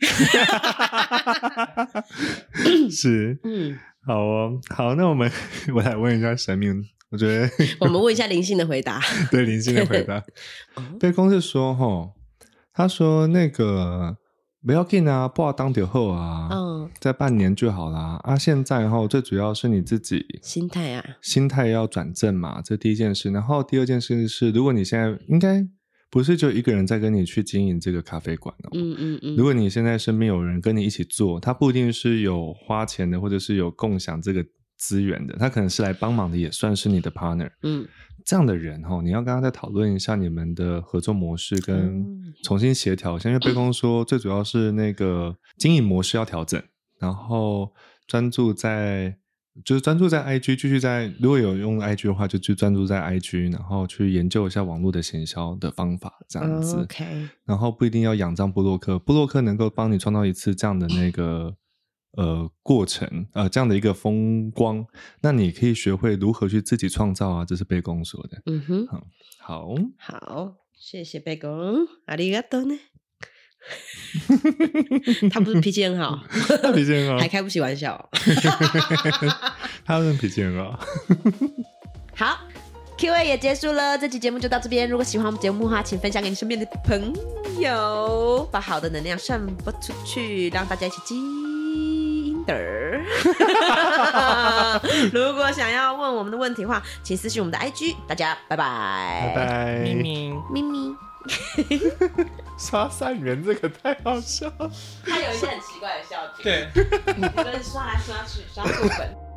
C: 对 是
A: 嗯，
C: 好哦，好，那我们 我来问一下神明，我觉得
A: 我们问一下灵性的回答，
C: 对林性的回 答，
A: 哦
C: 被公司说吼，他说那个不要紧啊，不要当掉后啊，
A: 嗯，
C: 在半年就好啦。啊，现在哈，最主要是你自己
A: 心态啊，
C: 心态要转正嘛，这第一件事。然后第二件事是，如果你现在应该不是就一个人在跟你去经营这个咖啡馆哦。
A: 嗯嗯嗯，
C: 如果你现在身边有人跟你一起做，他不一定是有花钱的，或者是有共享这个资源的，他可能是来帮忙的，也算是你的 partner。
A: 嗯
C: 这样的人哈、哦，你要跟他再讨论一下你们的合作模式，
A: 嗯
C: 跟重新协调一下。因为 贝公说，最主要是那个经营模式要调整，然后专注在就是专注在 IG，继续在如果有用 IG 的话，就去专注在 IG，然后去研究一下网络的行销的方法，这样子。
A: 哦，OK，
C: 然后不一定要仰仗布洛克，布洛克能够帮你创造一次这样的那个呃过程，呃这样的一个风光，那你可以学会如何去自己创造啊，这是贝公说的。
A: 嗯哼。
C: 好，
A: 好，谢谢贝公，阿里嘎 多呢。他不是脾气很 好，
C: 他脾气很
A: 还
C: 好，
A: 开不起玩笑。
C: 他们脾气很好，
A: 好，Q&A 也结束了，这期节目就到这边。如果喜欢我们节目的话，请分享给你身边的朋友，把好的能量散播出去，让大家一起积阴德儿。 如果想要问我们的问题的话，请私信我们的 IG。大家拜拜，
C: 拜拜。
D: 明明
A: 咪 咪。
C: 刷善人这个太好笑了。
A: 他有一些很奇怪的笑点，
D: 对。
A: 就是刷来刷去，刷过本。